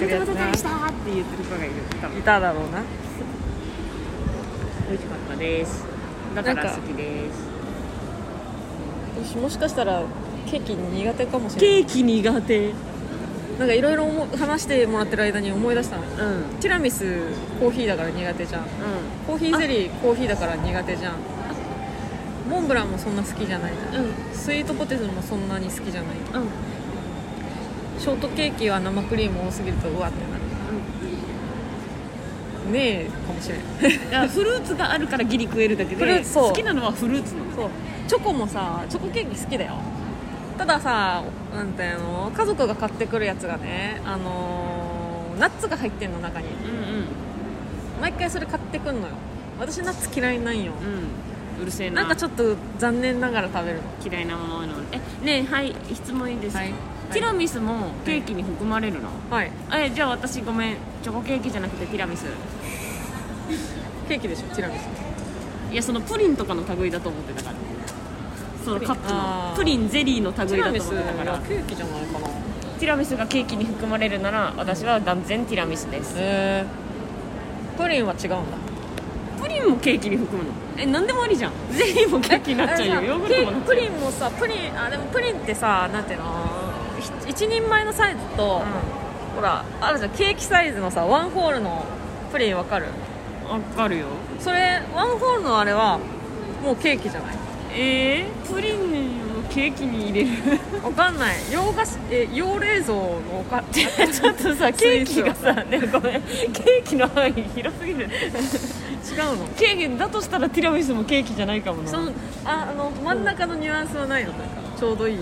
S1: ーって言ってる子がいる多分
S2: いただろうな
S1: 美味しかったですだか
S2: から
S1: ら好
S2: 好
S1: きです
S2: 私もしかしたらケーキ苦手かもしれない
S1: ケーキ苦手うん
S2: なんかいろいろ思う話してもらってる間に思い出したのティラミスコーヒーだから苦手じゃんコーヒーゼリーコーヒーだから苦手じゃんモンブランもそんな好きじゃないじゃん
S1: うんうん
S2: スイートポテトもそんなに好きじゃない
S1: うん
S2: ショートケーキは生クリーム多すぎるとうわってなるねえかもしれない
S1: いやフルーツがあるからギリ食えるだけ
S2: フルー
S1: で
S2: ツそう
S1: 好きなのはフルーツなの
S2: そうチョコもさチョコケーキ好きだよたださなんていうの家族が買ってくるやつがねあのーナッツが入ってんの中に
S1: うん
S2: 毎回それ買ってくんのよ私ナッツ嫌いなんよ
S1: うんうんうるせえな
S2: なんかちょっと残念ながら食べるの
S1: 嫌いなもの多いのでえねえはい質問いいですか、
S2: はい
S1: ティラミスもケーキに含まれるの、
S2: はい
S1: えじゃあ私ごめんチョコケーキじゃなくてティラミス
S2: ケーキでしょティラミス
S1: いやそのプリンとかの類だと思ってたからそのカップ
S2: あ
S1: の
S2: ー
S1: プリンゼリーの
S2: テ
S1: 類
S2: ィラ
S1: だ
S2: ミ
S1: と
S2: ス
S1: 思ってたから
S2: はケーキじゃないかな
S1: ティラミスがケーキに含まれるなら私は断然ティラミスです
S2: へえプリンは違うんだ
S1: プリンもケーキに含むのえ何でもありじゃんゼリーもケーキになっちゃうよヨーグルトもなっち
S2: プ
S1: ゃう
S2: リンもさプリンあでもプリンってさなんていうのひ一人前のサイズと、ほらあるじゃんケーキサイズのさワンホールのプリンわかる
S1: うんわかるよ
S2: それワンホールのあれはもうケーキじゃない
S1: えー、プリンをケーキに入れる
S2: わかんない洋菓子え洋冷蔵のおか [LAUGHS]
S1: [LAUGHS]
S2: ち
S1: ちょっとさケーキがさねごめんケーキの範囲広すぎる
S2: 違うの
S1: ケーキだとしたらティラミスもケーキじゃないかもな
S2: そのああの真ん中のニュアンスはないのなんかちょうどいい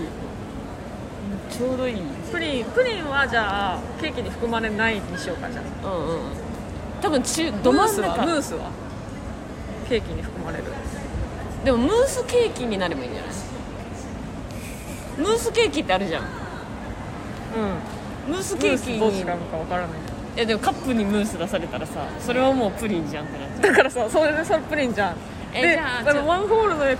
S1: ちょうどいい
S2: プリンプリンはじゃあケーキに含まれないにしようかじゃあ
S1: うんうん多分中ど真ん
S2: ム
S1: 中
S2: ースはケーキに含まれる
S1: でもムースケーキになればいいんじゃないムースケーキってあるじゃん
S2: う
S1: ムース
S2: ん
S1: ケーキ
S2: ムースどち
S1: に
S2: らのかわからない
S1: いやでもカップにムース出されたらさそれはもうプリンじゃんってなっちゃ
S2: だからさそれでさプリンじゃん
S1: え
S2: で
S1: じゃあ
S2: あ
S1: ちょ
S2: のワンホールのやつ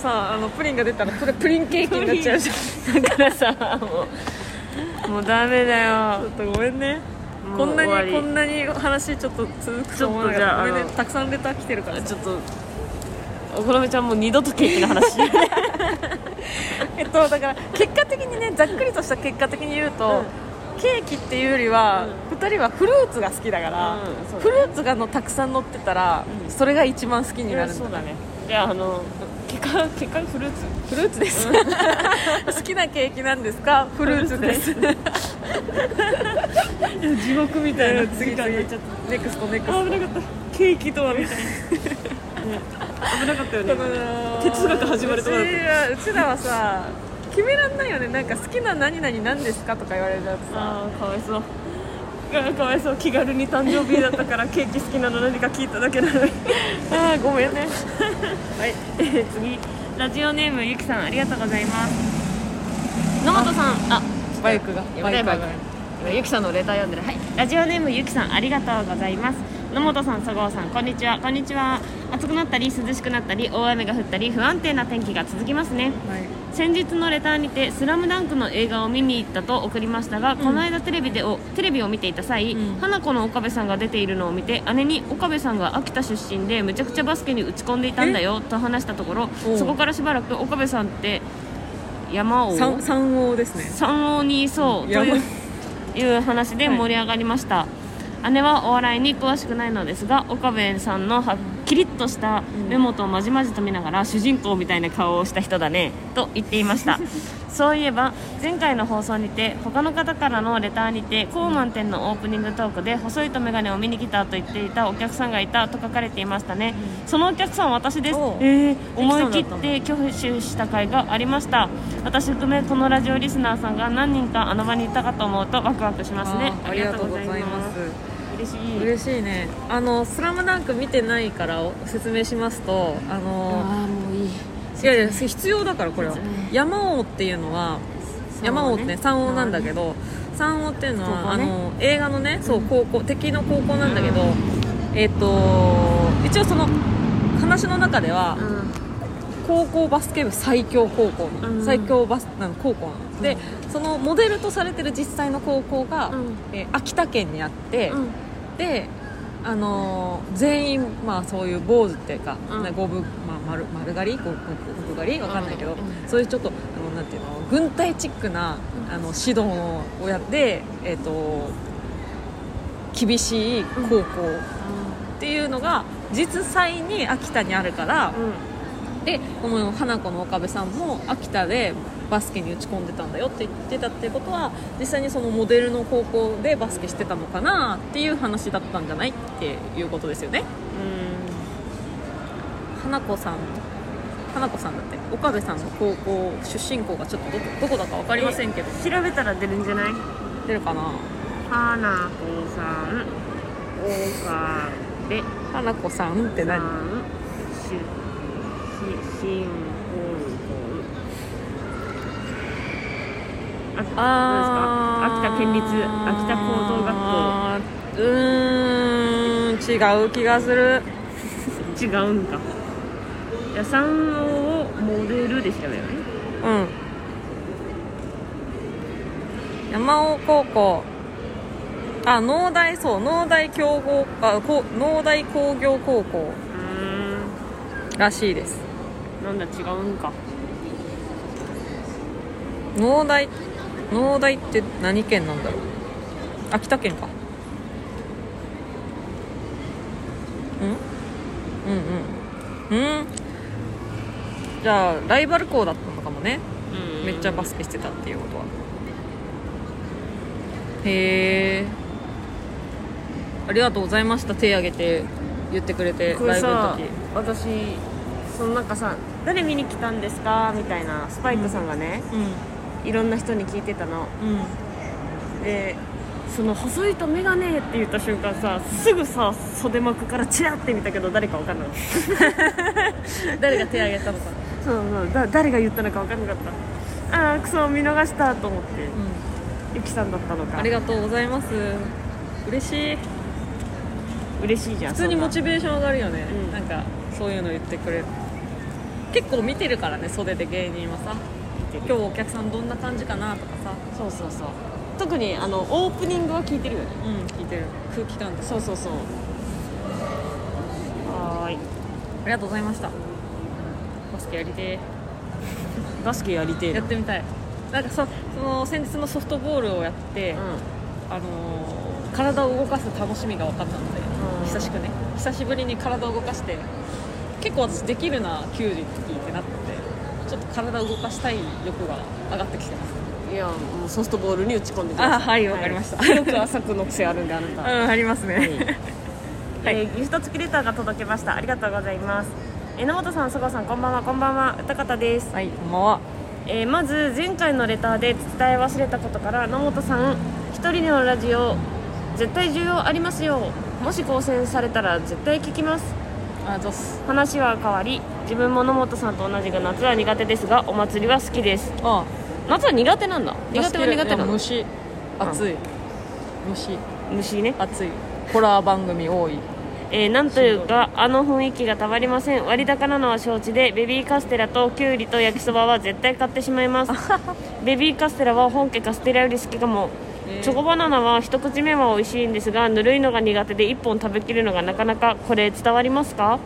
S2: さあのプリンが出たらそれプリンケーキになっちゃうじゃんち
S1: うだからさもうもうダメだよ
S2: ょっとごめんね
S1: もう
S2: こんな
S1: 終わり
S2: にこんなに話ちょっと続くと思
S1: ちょ
S2: う
S1: っとじゃあ
S2: ごめんね
S1: あの
S2: たくさんレター来てるから
S1: ちょっとお好みちゃんもう二度とケーキの [LAUGHS] 話
S2: えっとだから結果的にねざっくりとした結果的に言うと、ケーキっていうよりは、2人はフルーツが好きだから、
S1: うんそうだね
S2: フルーツがのたくさん乗ってたら、
S1: うん
S2: それが一番好きになるんだ
S1: そうだねじゃああの結果結果フルーツ
S2: フルーツです好きなケーキなんですかフルーツ
S1: [LAUGHS]
S2: です
S1: 地獄みたいな次からちょっ
S2: ネクストネクス
S1: と
S2: ト
S1: 危なかったケーキとはみたいな、ね、危なかったよね今ね哲学始まるとこだった
S2: うちらうちらはさ決めらんないよねなんか好きな何々なんですかとか言われるやつさ
S1: あーかわいそうあーかわいそう気軽に誕生日だったからケーキ好きなの何か聞いただけなのに
S2: ああごめんねはい
S1: 次ラジオネームゆきさんありがとうございます野本さんあ
S2: バイクが
S1: やばい
S2: バ
S1: バイク
S2: イクが
S1: 今ゆきさんのレター読んでるはいラジオネームゆきさんありがとうございます野本さん佐郷さんこんにちはこんにちは暑くなったり涼しくなったり大雨が降ったり不安定な天気が続きますね
S2: はい
S1: 先日のレターにて「スラムダンクの映画を見に行ったと送りましたが、この間テレビでおテレビを見ていた際、
S2: うん
S1: 花子の岡部さんが出ているのを見て姉に岡部さんが秋田出身でむちゃくちゃバスケに打ち込んでいたんだよと話したところ
S2: おう
S1: そこからしばらく岡部さんって山を
S2: 三三王ですね
S1: 山王にいそうと
S2: 山
S1: いういう話で盛り上がりました、姉はお笑いに詳しくないのですが岡部さんのはキリッとした目元をまじまじと見ながら主人公みたいな顔をした人だねと言っていました
S2: [LAUGHS]
S1: そういえば前回の放送にて他の方からのレターにて「高満点」のオープニングトークで「細いと眼鏡を見に来た」と言っていたお客さんがいたと書かれていましたね、そのお客さん私です
S2: おう
S1: えー思い切っ
S2: 関さんだったんだ
S1: て挙手した回がありました私含めこのラジオリスナーさんが何人かあの場にいたかと思うとワクワクしますね
S2: あーありがとうございます
S1: 嬉しい
S2: 嬉しいねあの「スラムダンク見てないからお説明しますとあの
S1: あーもういい
S2: いやいや必要だからこれは
S1: 説明
S2: 山王っていうのは山王ってね三王なんだけど三王っていうのは
S1: 高校
S2: あ
S1: ね
S2: の映画のねそう高校敵の高校なんだけどえっと一応その話の中では
S1: うん
S2: 高校バスケ部最強高校な
S1: う
S2: の
S1: ん
S2: 最強バスなの高校なのでそのモデルとされてる実際の高校が
S1: うん
S2: えー秋田県にあって
S1: うん
S2: で、あのー全員、まあ、そういう坊主っていうか、
S1: うん
S2: なごぶまあ、丸丸刈りごごごぶ刈りわかんないけど、
S1: うんうん
S2: そういうちょっとあのなんていうの軍隊チックな、
S1: うん
S2: あの指導をやって、えっと厳しい高校っていうのが実際に秋田にあるから、でこの花子の岡部さんも秋田でバスケに打ち込んでたんだよって言ってたってことは実際にそのモデルの高校でバスケしてたのかなっていう話だったんじゃないっていうことですよね花子さん花子さんだって岡部さんの高校出身校がちょっとどこどこだか分かりませんけど
S1: うん調べたら出るんじゃない
S2: 出るかな
S1: 花子さん岡部
S2: 花子さんって
S1: さ
S2: 何
S1: んしし新高校あどうですか秋田県立秋田高等学校
S2: 校うーん違う気がする
S1: 違うんかじゃあ三王をモデルで調べようね
S2: うん山尾高校あ農大そう農大競合あこう農大工業高校
S1: うー
S2: らしいです
S1: んなんだ違うんか
S2: 農大農大って何県なんだろう秋田県かうんうんうんうんじゃあライバル校だったのかもねめっちゃバ
S1: ス
S2: スケしてたっていうことはへえありがとうございました手挙げて言ってくれてライ
S1: こ
S2: ブの
S1: れさ
S2: 時
S1: 私そのなんかさ「誰見に来たんですか?」みたいなスパイクさんがね、
S2: う
S1: いろんな人に聞いてたの
S2: んうん
S1: でその「細いと眼鏡」って言った瞬間さすぐさ袖幕からチラって見たけど誰か分かんなかった
S2: 誰が手挙げたのか
S1: そうそうだ誰が言ったのか分かんなかったああクソ見逃したと思って
S2: う
S1: ゆきさんだったの
S2: ん
S1: か
S2: ありがとうございます嬉しい
S1: 嬉しいじゃん
S2: 普通に
S1: そんな
S2: モチベーション上がるよね、
S1: うん
S2: なんかそういうの言ってくれる結構見てるからね袖で芸人はさ今日お客さんどんな感じかなとかさ
S1: そうそうそう特にあのオープニングは聞いてるよね
S2: うん聞いてる空気感です
S1: そうそうそうはーい
S2: ありがとうございましたバスケやりて
S1: バスケやりてえ
S2: ーや
S1: な
S2: ってみたいなんかさその先日のソフトボールをやって、あのー体を動かす楽しみが分かったので、
S1: うん
S2: 久しくね久しぶりに体を動かして結構私できるな球児ってなってちょっと体を動かしたい欲が上がってきてます
S1: うんいやもうソフトボールに打ち込んでくださ
S2: あ
S1: い
S2: はいわかりました
S1: よく浅くの癖あるんであなた
S2: うんあります
S1: は
S2: ね
S1: いえーギフト付きレターが届けましたありがとうございます榎本さん、そごさん、こんばんは、こんばんは、歌方です、
S2: はいこんばんは
S1: えーまず前回のレターで伝え忘れたことから榎本さん、一人のラジオ絶対重要ありますよもし当選されたら絶対聞きます
S2: あゾス
S1: 話は変わり自分も野本さんと同じく夏は苦手ですがお祭りは好きです
S2: あ
S1: 夏は苦手なんだ苦手は苦手なの
S2: 虫
S1: 暑
S2: 暑い虫
S1: 虫ね、
S2: 暑いホラー番組多い
S1: えーなんというかあの雰囲気がたまりません割高なのは承知でベビーカステラときゅうりと焼きそばは絶対買ってしまい
S2: [LAUGHS]
S1: ますベビーカステラは本家カステラより好きかも
S2: えー
S1: チョコバナナは一口目は美味しいんですがぬるいのが苦手で1本食べきるのがなかなかこれ伝わりますか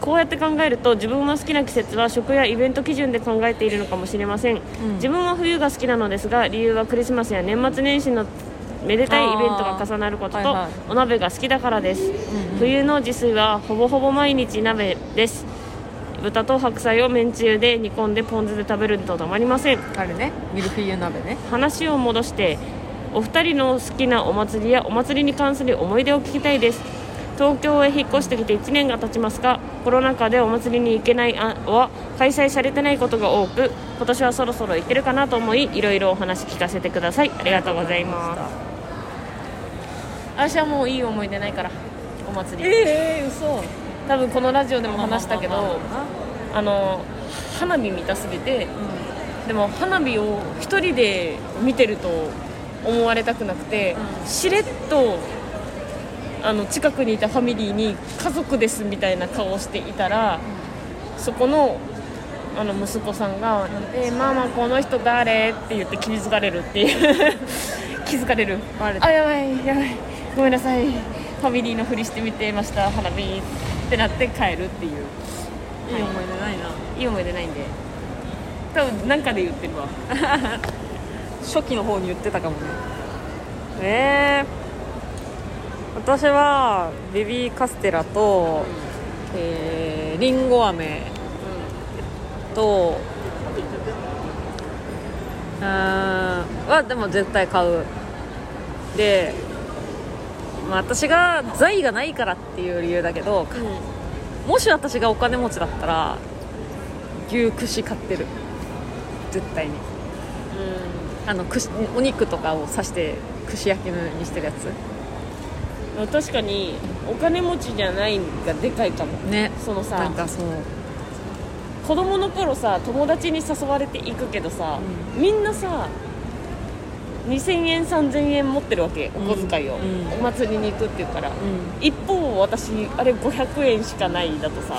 S1: こうやって考えると自分の好きな季節は食やイベント基準で考えているのかもしれません、自分は冬が好きなのですが理由はクリスマスや年末年始のめでたいイベントが重なることと、
S2: あーはいはい
S1: お鍋が好きだからです、冬の自炊はほぼほぼ毎日鍋です豚と白菜をめんつゆで煮込んでポン酢で食べるとたまりません
S2: あれねミルフィーユ鍋ね
S1: 話を戻してお二人の好きなお祭りやお祭りに関する思い出を聞きたいです東京へ引っ越してきて1年が経ちますがコロナ禍でお祭りに行けないあは開催されてないことが多く今年はそろそろ行けるかなと思いいろいろお話聞かせてくださいありがとうございます私はもういい思い出ないからお祭り
S2: ええー、嘘
S1: 多分このラジオでも話したけ
S2: まあまあ
S1: ど
S2: まあまあ
S1: あの花火見たすぎてでも花火を一人で見てると思われたくなくて、
S2: うん
S1: しれっとあの近くにいたファミリーに家族ですみたいな顔をしていたら、そこのあの息子さんが「えーママこの人誰?」って言って気づかれるっていう [LAUGHS] 気づかれる
S2: バレた
S1: あやばいやばいごめんなさいファミリーのふりして見てました花火ってなって帰るっていう
S2: いい思い出ないな、
S1: いい思い出ないんで多分なんかで言ってるわ
S2: 初期の方に言ってたかもねえー、私はベビーカステラと、えー、リンゴ飴とうーんはでも絶対買うで、まあ、私が財がないからっていう理由だけどもし私がお金持ちだったら牛串買ってる絶対にあの串お肉とかを刺して串焼きのようにしてるやつ
S1: うん確かにお金持ちじゃないがでかいかも
S2: ね
S1: そのさ
S2: なんかそう
S1: 子供の頃さ友達に誘われて行くけどさ、みんなさ2000円3000円持ってるわけお小遣いを、
S2: うんうん
S1: お祭りに行くっていうから、
S2: うん
S1: 一方私あれ500円しかないだとさ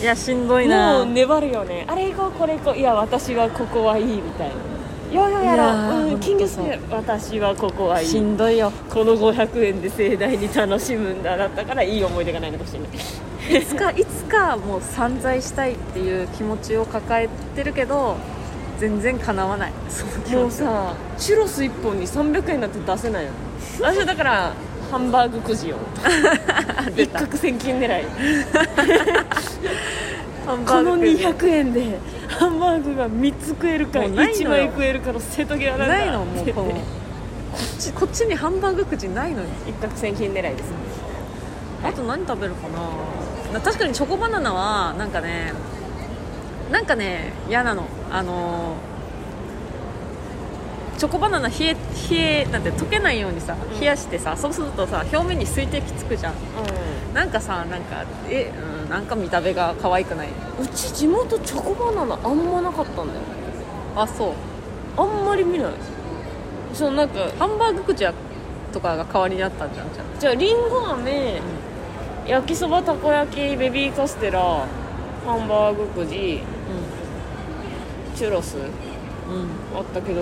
S2: いやしんどい
S1: も
S2: な
S1: う粘るよねあれ行こうこれ行こういや私はここはいいみたいなようようや
S2: いや
S1: ろ
S2: ー
S1: う、うん、金魚す
S2: ほん
S1: る私はここはいい
S2: しんどいよ
S1: この500円で盛大に楽しむんだだったからいい思い出がないのかもしれない
S2: いつかいつかもう散財したいっていう気持ちを抱えてるけど全然かなわないその気
S1: もう
S2: 持ち
S1: さチュロス1本に300円なんて出せないよ私はだからハンバーグく [LAUGHS] じよ一攫千金狙い
S2: ハン
S1: この
S2: くじ
S1: 200円でハンバーグが3つ食えるか
S2: もうないのよ
S1: 1枚食えるかの瀬戸際なんだ
S2: ないのもうこのこ
S1: って
S2: っちこっちにハンバーグ口ないのよ
S1: [LAUGHS] 一攫千金狙いです
S2: あと何食べるかな確かにチョコバナナはなんかねなんかね嫌なのあのーチョコバナナ冷え冷えなんて溶けないようにさ
S1: うん
S2: 冷やしてさ、そうするとさ表面に水滴つくじゃんなんかさなんかえ、うん、なんか見た目が可愛くないう
S1: ち地元チョコバナナあんまなかったんだよ
S2: あそう
S1: あんまり見ないそのなんか
S2: ハンバーグ口やとかが代わりにあったんじゃんじゃ
S1: じゃありんご飴、焼きそばたこ焼きベビーカステラハンバーグくじチュロス
S2: あうん、うん、
S1: あったけど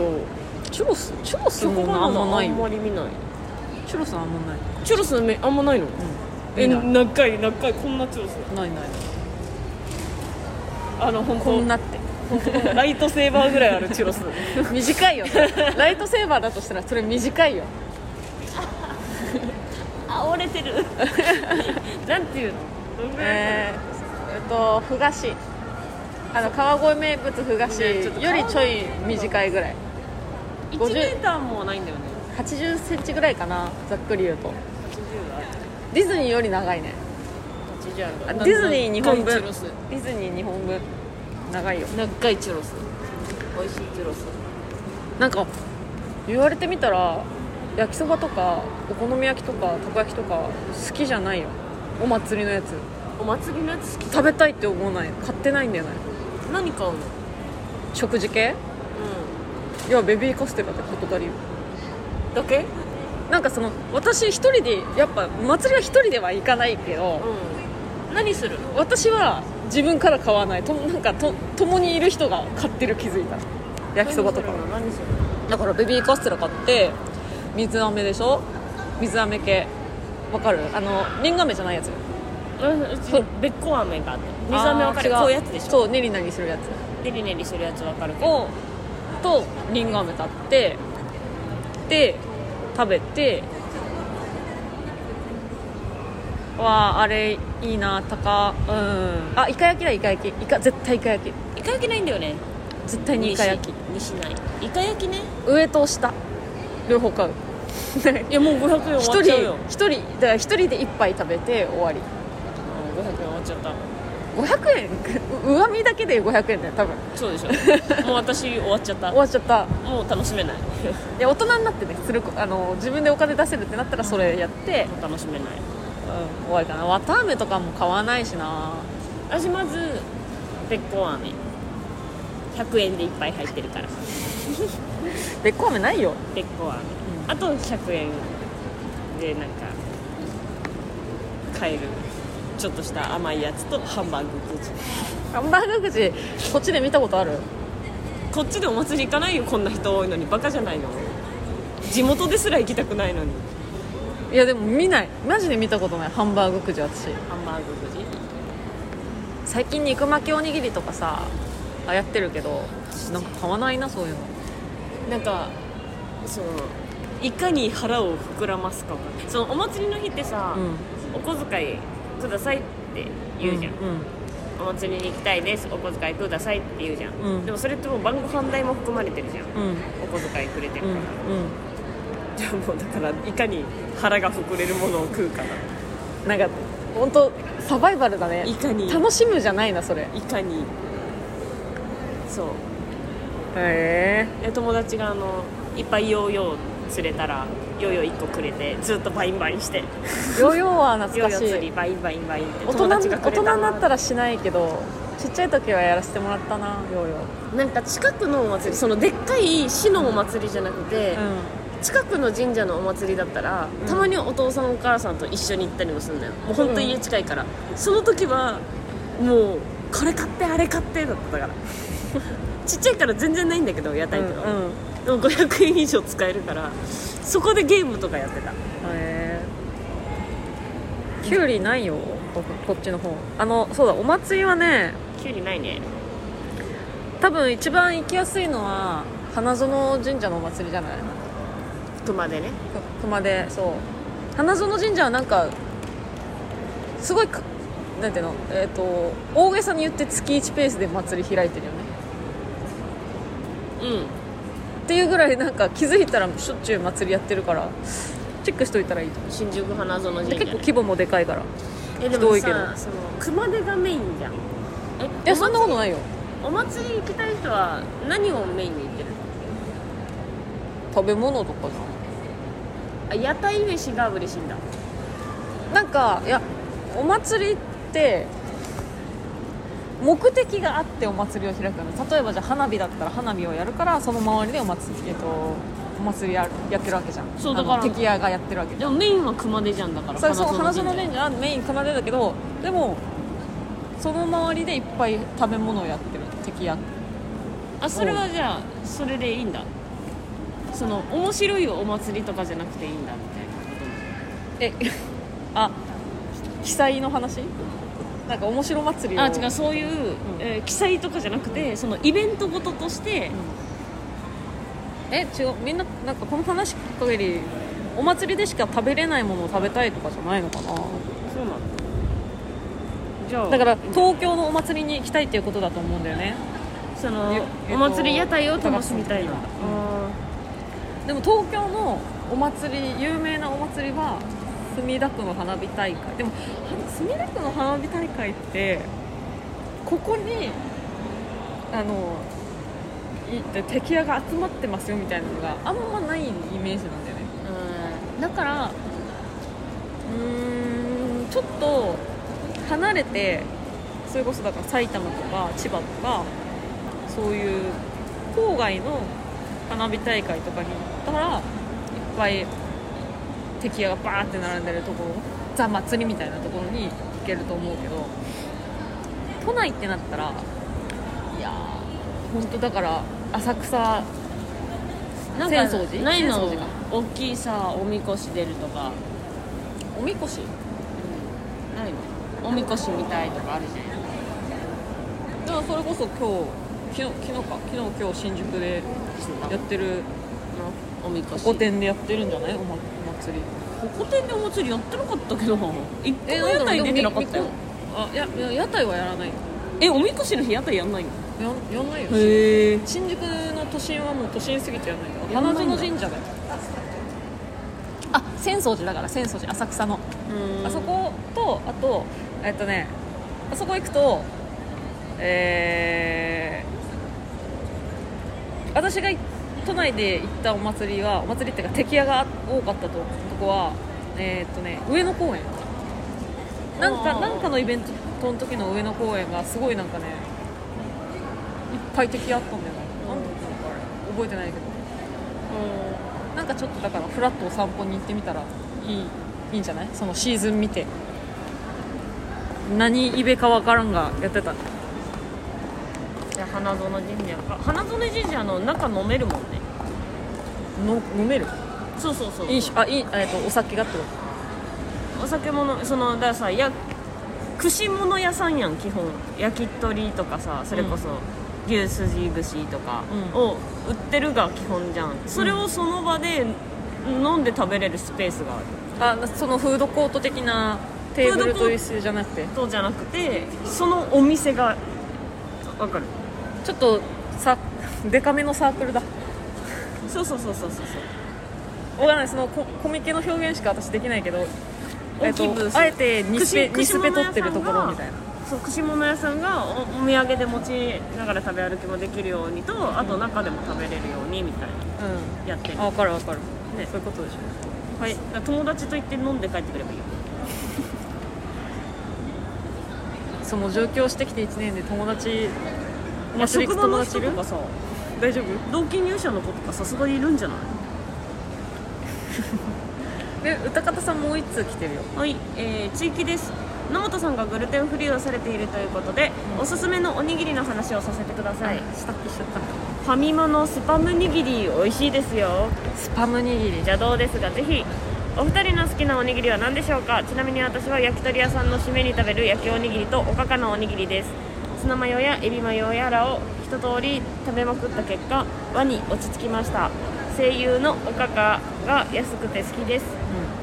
S2: チュロスチュロス
S1: チョコ
S2: も
S1: バナナ
S2: あんま
S1: あ
S2: ない
S1: ん
S2: よ
S1: まり見ない
S2: チュロスあんまない
S1: チュロスめあんまないの、え
S2: 見ない
S1: 長い長いこんなチュロス
S2: ないない
S1: あの本
S2: こ
S1: 当
S2: んなって
S1: ライトセーバーぐらいあるチュ
S2: [LAUGHS]
S1: ロス
S2: 短いよライトセーバーだとしたらそれ短いよ
S1: あ折れて
S2: [LAUGHS]
S1: るなんていうのどんぐらい
S2: えーえっとふがしあの川越名物ふがし
S1: ねちょっと
S2: よりちょい短いぐらい50
S1: 1メーターもないんだよね
S2: 8 0ンチぐらいかなざっくり言うと
S1: 80
S2: ディズニーより長いね
S1: あ
S2: あ
S1: る
S2: ディズニー日本分
S1: 長いチ
S2: デ
S1: ュロス
S2: ィズニー日本分長いよ
S1: 長いチュロス美味しいチュロス
S2: なんか言われてみたら焼きそばとかお好み焼きとかたこ焼きとか好きじゃないよお祭りのやつ
S1: お祭りのやつ好き
S2: 食べたいって思わない買ってないんだよね
S1: 何買うの
S2: 食事系いやベビーカステラってことだりよ
S1: うんだけ
S2: なんかその私一人でやっぱ祭りは一人では行かないけど、
S1: うん何するの
S2: 私は自分から買わないとなんかと共にいる人が買ってる気づいた焼きそばとかは
S1: 何する
S2: だからベビーカステラ買って水飴でしょ水飴系わかるあのリンガ飴じゃないやつ
S1: のうち [LAUGHS] べっこ飴があって水飴わかる
S2: あー違
S1: こういうやつでしょ
S2: そうねりなりするやつ
S1: ねりねりするやつわかるけど
S2: をとリンガ飴買ってで食べてわああれいいな高
S1: うん
S2: あイカ焼きだイカ焼きイカ絶対イカ焼き
S1: イカ焼きないんだよね
S2: 絶対にイカ焼き
S1: にしにしないイカ焼きね
S2: 上と下両方買う
S1: いやもう500円終わ
S2: 一
S1: っちゃう
S2: 人
S1: よ
S2: 一人だから一人で一杯食べて終わり
S1: うん500円終わっちゃった
S2: 500円 [LAUGHS] 上身だけで500円だよ多分
S1: そうで [LAUGHS] しょもう私終わっちゃった
S2: 終わっちゃった
S1: もう楽しめないも
S2: いや大人になってねするあの自分でお金出せるってなったらそれやって、
S1: う楽しめない
S2: うん、終わりかなわたあめとかも買わないしな
S1: 私まずべっこ飴100円でいっぱい入ってるから
S2: べっこ飴ないよ
S1: べっこ飴、あと100円でなんか買えるちょっとした甘いやつとハンバーグ口
S2: ハンバーグ口こっちで見たことある
S1: こっちでお祭り行かないよこんな人多いのにバカじゃないの地元ですら行きたくないのに
S2: いやでも見ないマジで見たことないハンバーグ口私
S1: ハンバーグ口
S2: 最近肉巻きおにぎりとかさあやってるけどなんか買わないなそういうの
S1: なんかそのいかに腹を膨らますかがそのお祭りの日ってさ、
S2: うん
S1: お小遣いくださいって言うじゃん、
S2: う
S1: お祭りに行きたいですお小遣いくださいって言うじゃん、
S2: うん
S1: でもそれってもう晩ご飯代も含まれてるじゃん、
S2: んうんうん
S1: お小遣いくれてる
S2: う
S1: か
S2: ん
S1: ら、じゃあもうだからいかに腹が膨れるものを食うかな
S2: うんなんか本当サバイバルだね
S1: いかに
S2: 楽しむじゃないなそれへ
S1: いかにそう
S2: え
S1: で友達があのいっぱいヨーヨー釣れたらヨーヨー1個くれてずっとバインバインして
S2: ヨーヨーは懐
S1: ヨー
S2: か
S1: ヨ
S2: し
S1: ー釣り
S2: い
S1: バインバインバインって
S2: 大人
S1: 友
S2: 大
S1: 達
S2: 人
S1: がくれた
S2: になったらしないけどちっちゃい時はやらせてもらったなヨーヨー
S1: なんか近くのお祭りそのでっかい市のお祭りじゃなくて、近くの神社のお祭りだったら、
S2: うん
S1: たまにお父さんお母さんと一緒に行ったりもするんだよもう本当に家近いから、その時はもうこれ買ってあれ買ってだったから
S2: [LAUGHS]
S1: ちっちゃいから全然ないんだけど屋台とかは、
S2: うんうん
S1: でも500円以上使えるからそこでゲームとかやってた
S2: へえキュウリないよここっちの方あのそうだお祭りはね
S1: キュウリないね
S2: 多分一番行きやすいのは花園神社のお祭りじゃない
S1: 熊でね
S2: く熊でそう花園神社はなんかすごいかなんていうのえっ、と大げさに言って月1ペースで祭り開いてるよね
S1: うん
S2: っていうぐらいなんか気づいたらしょっちゅう祭りやってるからチェックしといたらいいと思
S1: 新宿花園神
S2: う
S1: 社
S2: で
S1: ね
S2: 結構規模もでかいから
S1: えで
S2: 人
S1: も
S2: 多いけど
S1: さその熊手がメインじゃんえ
S2: いやそんなことないよ
S1: お祭り行きたい人は何をメインに行ってる
S2: 食べ物とかじゃん
S1: あ屋台飯が嬉しいんだ
S2: なんかいやお祭りって目的があってお祭りを開くの例えばじゃあ花火だったら花火をやるからその周りでお祭り、えっと、お祭りやるやってるわけじゃん
S1: そうだから
S2: あの敵屋がやってるわけじ
S1: で
S2: ゃん
S1: もメインは熊手じゃんだから
S2: そうそう花園
S1: 神社
S2: レンジャーメイン奏でだけどでもその周りでいっぱい食べ物をやってる敵屋
S1: あそれはじゃあそれでいいんだその面白いお祭りとかじゃなくていいんだみたいなことも
S2: え [LAUGHS] あ記載の話なんか面白祭りを
S1: あ違うそういう、えー記載とかじゃなくて、そのイベントごととして、
S2: え違うみんななんかこの話聞く限りお祭りでしか食べれないものを食べたいとかじゃないのかな
S1: そうなのじゃあ
S2: だから東京のお祭りに行きたいっていうことだと思うんだよね
S1: その
S2: ええ
S1: お
S2: っと
S1: 祭り屋台を楽しみたいな、
S2: うんでも東京のお祭り有名なお祭りは墨田区の花火大会でもは墨田区の花火大会ってここにあのい敵屋が集まってますよみたいなのがあんまないイメージなんだよねだからうーんちょっと離れてそれこそだから埼玉とか千葉とかそういう郊外の花火大会とかに行ったらいっぱい敵屋がバーって並んでるところザ・祭りみたいなところに行けると思うけど都内ってなったらいやー本当だから浅草
S1: なん
S2: 浅
S1: か
S2: 草寺
S1: ないの
S2: 浅草寺か
S1: 大きいさおみこし出るとか
S2: おみこし
S1: ないのおみこしみたいとかあるじゃん
S2: だからそれこそ今日昨日昨日か昨日今日新宿でやってる
S1: おみこし
S2: 古典でやってるんじゃないお,、ま、お祭り
S1: ここ店でお祭りやってなかったけど一個も
S2: なん
S1: 屋
S2: だろう
S1: 台出てなかったよ
S2: でもみみこあいやいや屋台はやらないや
S1: えおみこしの日屋台やんないの
S2: んやんないよ
S1: へえ
S2: 新宿の都心はもう都心すぎてやんないけど
S1: やんない
S2: 花
S1: んだ
S2: 園神社だよあ浅草寺だから浅草寺浅草のあそことあとえっとねあそこ行くとえー、私が都内で行ったお祭りはお祭りっていうか敵屋が多かったととこはえーっとね上野公園なん
S1: あ
S2: か
S1: ー
S2: なんかのイベントの時の上野公園がすごいなんかねいっぱい敵屋あったんだよねなんだったのかあれ覚えてないけどなんかちょっとだからフラッとお散歩に行ってみたらいいいいんじゃないそのシーズン見て何イベかわからんがやってた
S1: じゃあ花園神社あ花園神社の中飲めるもんね
S2: の飲める
S1: そうそうそう
S2: いいしあいいえっとお酒がってこ
S1: お酒ものそのだからさや串物屋さんやん基本焼き鳥とかさそれこそ、牛すじ串とか
S2: うん
S1: を売ってるが基本じゃん、それをその場で飲んで食べれるスペースがある
S2: とあそのフードコート的なテーブル
S1: フードコ
S2: と
S1: ー
S2: 椅子じゃなくて
S1: とじゃなくてそのお店がわかる
S2: ちょっとさデカめのサークルだ
S1: そうそうそうそうそうそう
S2: わからないそのココミケの表現しか私できないけどえっ
S1: 大きいブー
S2: と
S1: ス
S2: あえてニスペ
S1: 串
S2: ニスペ取ってるところみたいな
S1: そう串物屋さんがおお土産で持ちながら食べ歩きもできるようにとあと中でも食べれるようにみたいな
S2: う
S1: やってる
S2: んあ分かる分かる
S1: ね
S2: そういうことでしょ
S1: はい、友達と行って飲んで帰ってくればいいよ
S2: その上京してきて1年で友達お祭り行
S1: 職
S2: く
S1: 場
S2: 友
S1: の
S2: 達
S1: 人
S2: いる
S1: とかさ
S2: 大丈夫
S1: 同期入社の子とかさすがにいるんじゃない
S2: で歌方さんもう1通来てるよ
S1: はい、えー、地域です野本さんがグルテンフリーをされているということで、おすすめのおにぎりの話をさせてください、
S2: したっきしちゃった
S1: ファミマのスパムにぎり美味しいですよ
S2: スパム握りじ
S1: 邪
S2: ゃ
S1: 道ですがぜひお二人の好きなおにぎりは何でしょうかちなみに私は焼き鳥屋さんの締めに食べる焼きおにぎりとおかかのおにぎりですツナマヨやエビマヨやらを一通り食べまくった結果和に落ち着きました声優のおかかが安くて好きです、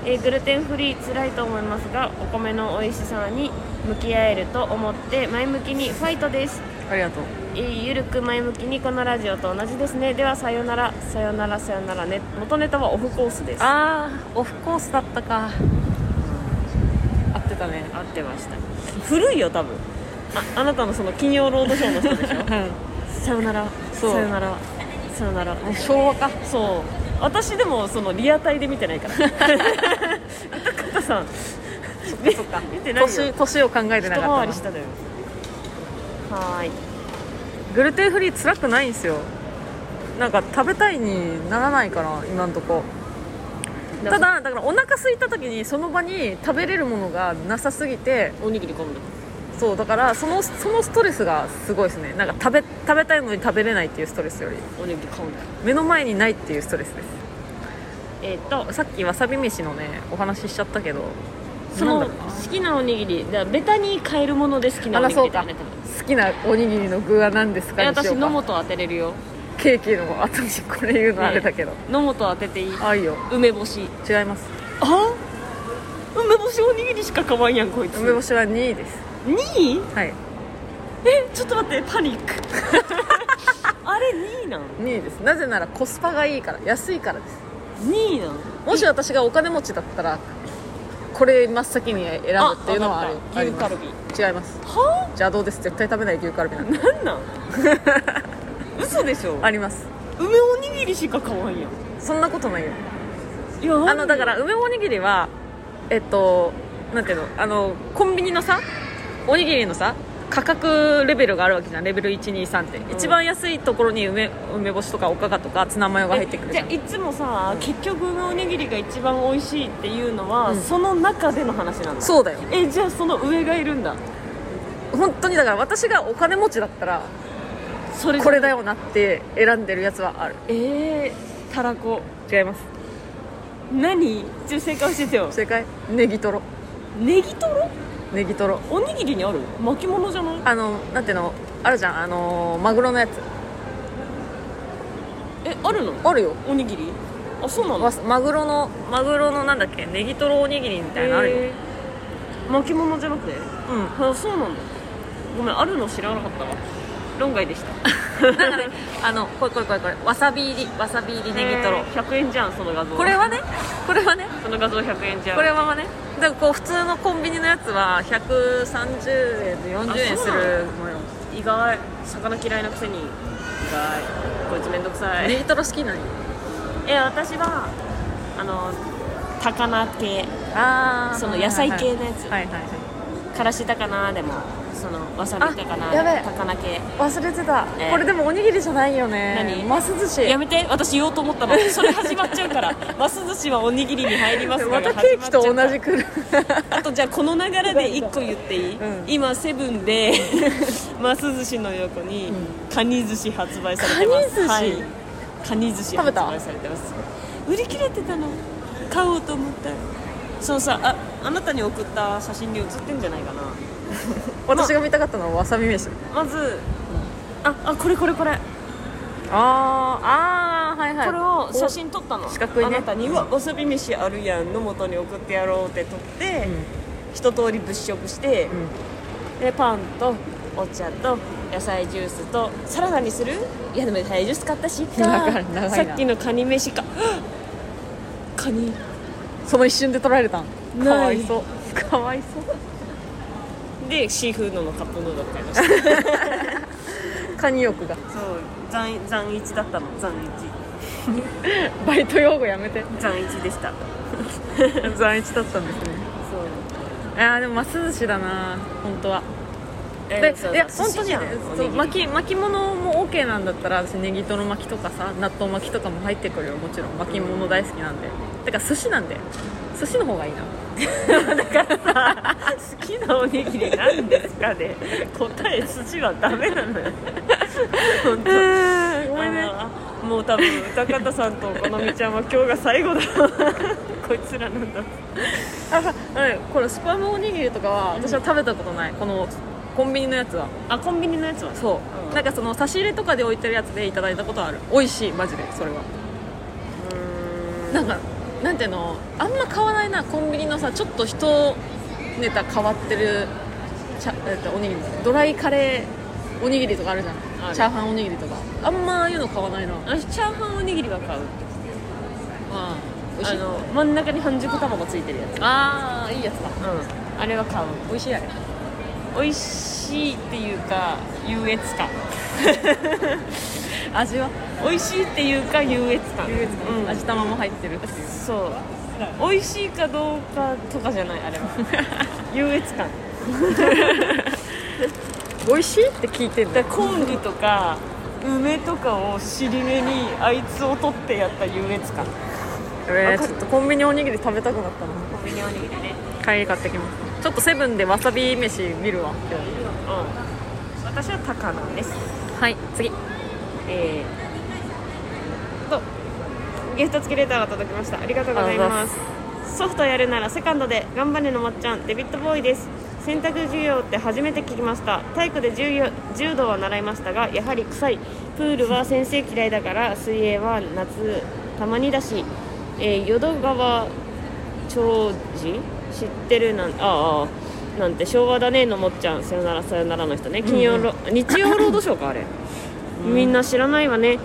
S1: えーグルテンフリー辛いと思いますがお米の美味しさに向き合えると思って前向きにファイトです
S2: ありがとう
S1: えーゆるく前向きにこのラジオと同じですねではさよならさよならさよならね元ネタはオフコースです
S2: あーオフコースだったか合ってたね
S1: 合ってました古いよ多分ああなたのその金曜ロードショーの人でしょ [LAUGHS] さよなら
S2: そう
S1: さよならさよなら
S2: 昭和 [LAUGHS] か
S1: そう私でもそのリアタイで見てないから高田さん見
S2: そっか
S1: 見てないよ
S2: 年年を考えて
S1: 一回
S2: なかった
S1: り
S2: な
S1: しただよはーい
S2: グルテンフリー辛くないんですよなんか食べたいにならないから今んとこただだからお腹空いた時にその場に食べれるものがなさすぎて
S1: おにぎり込んだ
S2: そうだからそのそのストレスがすごいですねなんか食べ食べたいのに食べれないっていうストレスより
S1: おにぎり買うんだよ
S2: 目の前にないっていうストレスです
S1: えっと
S2: さっきわさび飯のねお話ししちゃったけど
S1: その
S2: な
S1: 好
S2: んだろうな
S1: きなおにぎりだからベタに買えるもので好きなおにぎりって
S2: あらそうか
S1: 多分
S2: 好きなおにぎりの具は何ですか
S1: え
S2: にし
S1: 私
S2: ようか
S1: 野本当てれるよ
S2: ケーキの後にこれ言うのあれだけど、
S1: 野本当てていい
S2: あいいよ
S1: 梅干し
S2: 違います
S1: あ梅干しおにぎりしか買わんやんこいつ
S2: 梅干しは2位です
S1: 2位
S2: はい
S1: えちょっと待ってパニッ
S2: [LAUGHS]
S1: クあれ2位なん
S2: 2位ですなぜならコスパがいいから安いからです
S1: 2位なん
S2: もし私がお金持ちだったらこれ真っ先に選ぶっていうのはあ
S1: わか
S2: る
S1: った
S2: あり
S1: 牛
S2: ま
S1: カ
S2: す
S1: ルビ
S2: 違います
S1: は
S2: 邪道です絶対食べない牛カルビなんで
S1: あなんなん
S2: [LAUGHS]
S1: 嘘でしょ
S2: あります
S1: 梅おにぎりしか買わんやん
S2: そんなことないよ
S1: いや
S2: あのだから梅おにぎりはえっとなんていうのあのコンビニのさおにぎりのさ価格レベルがあるわけじゃんレベル123って、
S1: ん
S2: 一番安いところに梅梅干しとかおかかとかツナマヨが入ってくるじ
S1: じ
S2: ゃ
S1: ゃ
S2: ん
S1: あいつもさ、結局梅おにぎりが一番美味しいっていうのは、
S2: うん
S1: その中での話なんだ
S2: そうだよ
S1: えじゃあその上がいるんだ
S2: 本当にだから私がお金持ちだったら
S1: それ
S2: これだよなって選んでるやつはある
S1: えー、たらこ
S2: 違います
S1: 何ちょっと正解教えてよ
S2: 正解ネギトロ
S1: ネギトロ
S2: ネギトロ
S1: おにぎりにある巻物じゃない
S2: あのなんていうのあるじゃんあのマグロのやつ
S1: えあるの
S2: あるよ
S1: おにぎりあそうなの
S2: わマグロのマグロのなんだっけネギトロおにぎりみたいなのあるよ、
S1: えー巻物じゃなくて
S2: うん [LAUGHS]
S1: あそうなんだごめんあるの知らなかったわ論外でした
S2: [LAUGHS] なんかね、あの、これこれこれこれ、わさび入り、わさび入りネギトロ
S1: え。ー100円じゃんその画像
S2: これはね、これはね、
S1: その画像100円じゃん
S2: これはね、だからこう普通のコンビニのやつは130円で40円
S1: あそう
S2: す
S1: なの
S2: るのよ。
S1: 意外魚嫌いなくせに意外こいつめんどくさい
S2: ネギトロ好きなのよ。
S1: え私はあの高菜系
S2: あ
S1: その野菜系のやつ
S2: はいはいはい。
S1: からし高菜でもそのわさび高
S2: あやべえ
S1: 菜高菜系
S2: 忘れてた、
S1: えー
S2: これでもおにぎりじゃないよね。
S1: 何
S2: ます寿司。
S1: やめて私言おうと思ったのそれ始まっちゃうから「ます寿司はおにぎりに入りますから」
S2: またケーキと同
S1: 始
S2: じ
S1: まっちゃう
S2: [LAUGHS] くる。
S1: からあとじゃあこの流れで1個言っていい、
S2: うん
S1: 今セブンでます寿司の横にカニ寿司発売されてます
S2: カ
S1: は
S2: ニ
S1: い
S2: 寿司
S1: カニ寿司
S2: 食べ
S1: 発
S2: た
S1: 売されてます売り切れてたの買おうと思ったらそのさああなたに送った写真に写ってんじゃないかな
S2: 私が見たかったのはわさび飯。
S1: まずああこれこれこれ
S2: あー、あー、はいはい。
S1: これを写真撮ったの
S2: 四角いね
S1: あなたに「うわわさび飯あるやん」の元に送ってやろうって撮って、一通り物色して、
S2: ん
S1: でパンとお茶と野菜ジュースとサラダにするいやでも野菜ジュース買ったしいっか
S2: 長い長いな
S1: さっきのカニ飯かはっ [GASPS] カニ
S2: その一瞬で取られたん。
S1: ない
S2: かわいそう。かわいそう。
S1: でシーフードのカップヌードル [LAUGHS] 買いましたそう
S2: カニ欲が。
S1: 残残一だったの残一
S2: バイト用語やめて
S1: 残一でした
S2: 残一だったんですね
S1: そう
S2: いやーでもます寿司だな本当は
S1: え
S2: で
S1: そう
S2: いや
S1: 寿
S2: 本
S1: 司
S2: 当に
S1: じ
S2: ね
S1: ゃん
S2: そ
S1: お
S2: う
S1: にぎり
S2: 巻き巻き物も OK なんだったら私ネギトロ巻きとかさ納豆巻きとかも入ってくるよもちろん巻き物大好きなんでてか寿司なんで寿司の方がいいな
S1: 好きなおにぎりなんですかね答え寿司はダメなのよ本当
S2: ごめんね
S1: あーもう多分歌方さんとお好みちゃんは今日が最後だ [LAUGHS] こいつらなんだ
S2: あはいこれスパムおにぎりとかは私は食べたことないこのコンビニのやつは
S1: あコンビニのやつは
S2: そううんなんかその差し入れとかで置いてるやつでいただいたことはある美味しいマジでそれはなんかなんていうのあんま買わないなコンビニのさちょっと一ネタ変わってるちゃ、えっと、おにぎりドライカレーおにぎりとかあるじゃ
S1: あ
S2: ん
S1: る
S2: チャーハンおにぎりとかあんまああいうの買わないなうん
S1: 私チャーハンおにぎりは買うあ
S2: 美味しい
S1: の真ん中に半熟卵ついてるやつ
S2: ああいいやつだ
S1: うんあれは買う
S2: 美味しいあれ
S1: 美味しいっていうか優越感
S2: 味は
S1: 美味しいっていうか優越感
S2: 優越感
S1: うん
S2: 味玉も入ってるっていう
S1: そう美味しいかどうかとかじゃないあれは [LAUGHS] 優越感
S2: 美味しいって聞いてる
S1: だから昆布とか梅とかを尻目にあいつを取ってやった優越感
S2: えー、ちょっとコンビニおにぎり食べたくなったな
S1: コンビニおにぎりね
S2: 帰り買ってきますちょっとセブンでわさび飯見るわ今日
S1: うん私は高菜です
S2: はい次
S1: えー、とゲスト付きレターが届きましたありがとうございますソフトやるならセカンドで頑張れのまっちゃんデビッドボーイです選択授業って初めて聞きました体育で柔よ柔道は習いましたがやはり臭いプールは先生嫌いだから水泳は夏たまにだし、えー淀川長寿知ってるなんああなんて昭和だねのもっちゃんさよならさよならの人ね金曜ロ、日曜ロードショーかあれみんな知らないわね、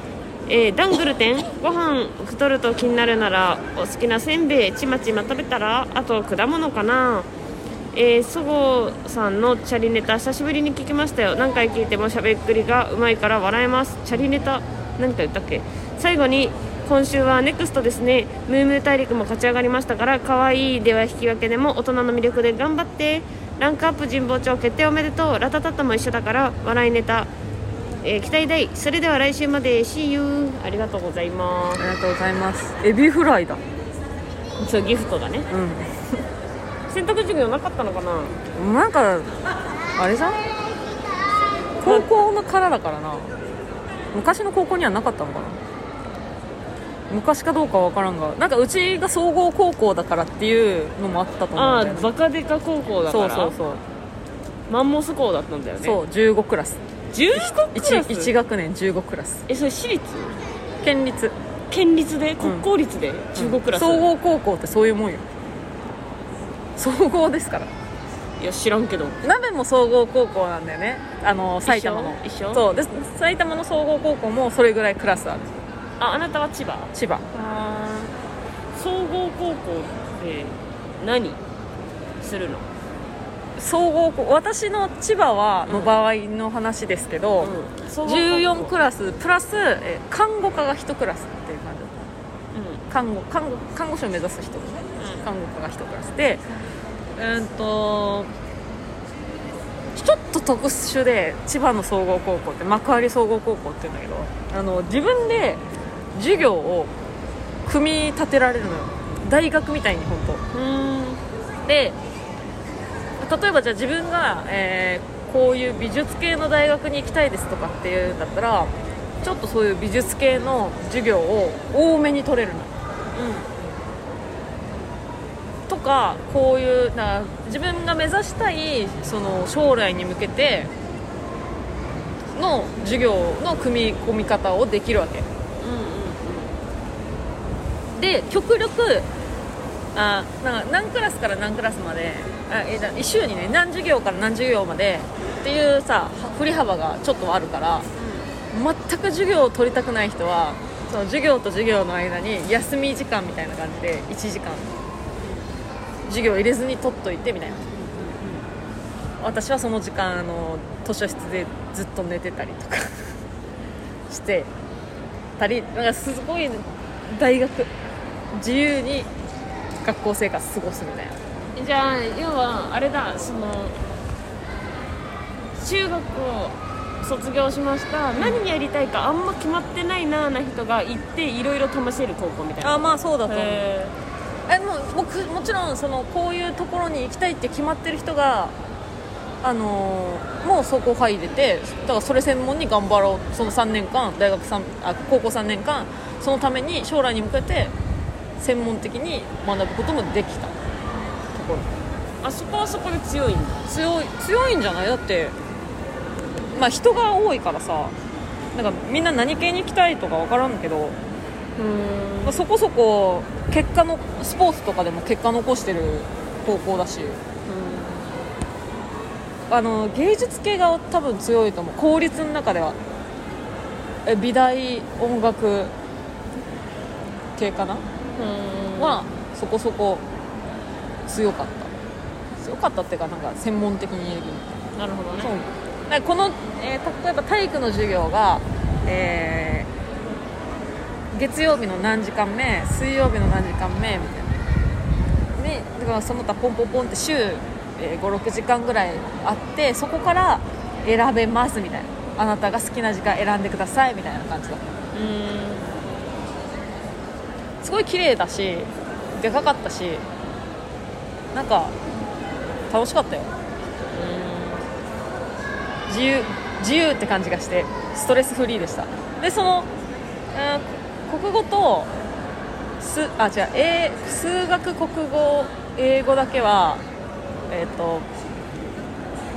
S1: えーダングルテンご飯太ると気になるならお好きなせんべいちまちま食べたらあと果物かなえーそごうさんのチャリネタ久しぶりに聞きましたよ何回聞いてもしゃべっくりがうまいから笑えますチャリネタ何か言ったっけ最後に今週はネクストですねムームー大陸も勝ち上がりましたから可愛いでは引き分けでも大人の魅力で頑張ってランクアップ神保町決定おめでとうラタタタも一緒だから笑いネタえー期待大それでは来週まで See you ありがとうございま
S2: ありがとうございますエビフライだ
S1: すそうギフトだね
S2: う
S1: 選択授業なかったのかなん
S2: なんかあれじゃん高校のからだからな昔の高校にはなかったのかな昔かどうかは分からんがなんかうちが総合高校だからっていうのもあったと思
S1: あ
S2: うん
S1: あ
S2: だよ
S1: ー
S2: ね
S1: バカデカ高校だから
S2: そうそうそう
S1: マンモス校だったんだよね
S2: そう15クラス
S1: 15クラ
S2: 1,
S1: ス
S2: 学年15クラス
S1: えそれ私立
S2: 県立
S1: 県立で国公立で15クラス、
S2: 総合高校ってそういうもんよ総合ですから
S1: いや知らんけど
S2: 鍋も総合高校なんだよねあの埼玉の
S1: 一緒一緒
S2: そうで埼玉の総合高校もそれぐらいクラスある
S1: ああなたは千葉
S2: 千葉
S1: あ総合高校って何するの
S2: 総合高私の千葉はの場合の話ですけど、
S1: うん総合高校
S2: 14クラスプラスえ看護科が1クラスっていう感じ看護看護看護師を目指す人ね、
S1: うん
S2: 看護科が1クラスでうーんとちょっと特殊で千葉の総合高校って幕張総合高校って言うんだけどあの自分で授業を組み立てられるのよ大学みたいに本当
S1: うんうん
S2: で例えばじゃあ自分が、えーこういう美術系の大学に行きたいですとかっていうんだったらちょっとそういう美術系の授業を多めに取れるのとかこういうな自分が目指したいその将来に向けての授業の組み込み方をできるわけで極力あなんか何クラスから何クラスまであえだ一週にね何授業から何授業までっていうさは振り幅がちょっとあるから全く授業を取りたくない人はその授業と授業の間に休み時間みたいな感じで1時間授業入れずに取っといてみたいな私はその時間あの図書室でずっと寝てたりとか [LAUGHS] してたりなんかすごい大学自由に学校生活過ごすみたいな
S1: じゃあ要はあれだその中学を卒業しました何やりたいかあんま決まってないなーな人が行っていろいろ試せる高校みたいな
S2: あまあそうだと思う
S1: へ
S2: えもう僕もちろんそのこういうところに行きたいって決まってる人が、あのーもうそこ入れてだからそれ専門に頑張ろうその3年間大学三あ高校3年間そのために将来に向けて専門的に学ぶこともできたとこ
S1: ー
S2: ろ
S1: あそこはそこで強いんだ
S2: 強い強いんじゃないだってまあ人が多いからさなんかみんな何系に行きたいとか分からんけどまあそこそこ結果のスポーツとかでも結果残してる高校だしあの芸術系が多分強いと思う公立の中ではえ美大音楽系かな、
S1: まあ
S2: はそこそこ強かった強かったっていうかなんか専門的にできる
S1: なるほどね
S2: そうだからこの、えー例えば体育の授業が、えー月曜日の何時間目水曜日の何時間目みたいなでだからその他ポンポンポンって週、え56時間ぐらいあってそこから選べますみたいなあなたが好きな時間選んでくださいみたいな感じだ
S1: う
S2: ったすごい綺麗だしでかかったしなんか楽しかったよ自由自由って感じがしてストレスフリーでしたでその、うん、国語とすあ違う、英数学国語英語だけはえっ、と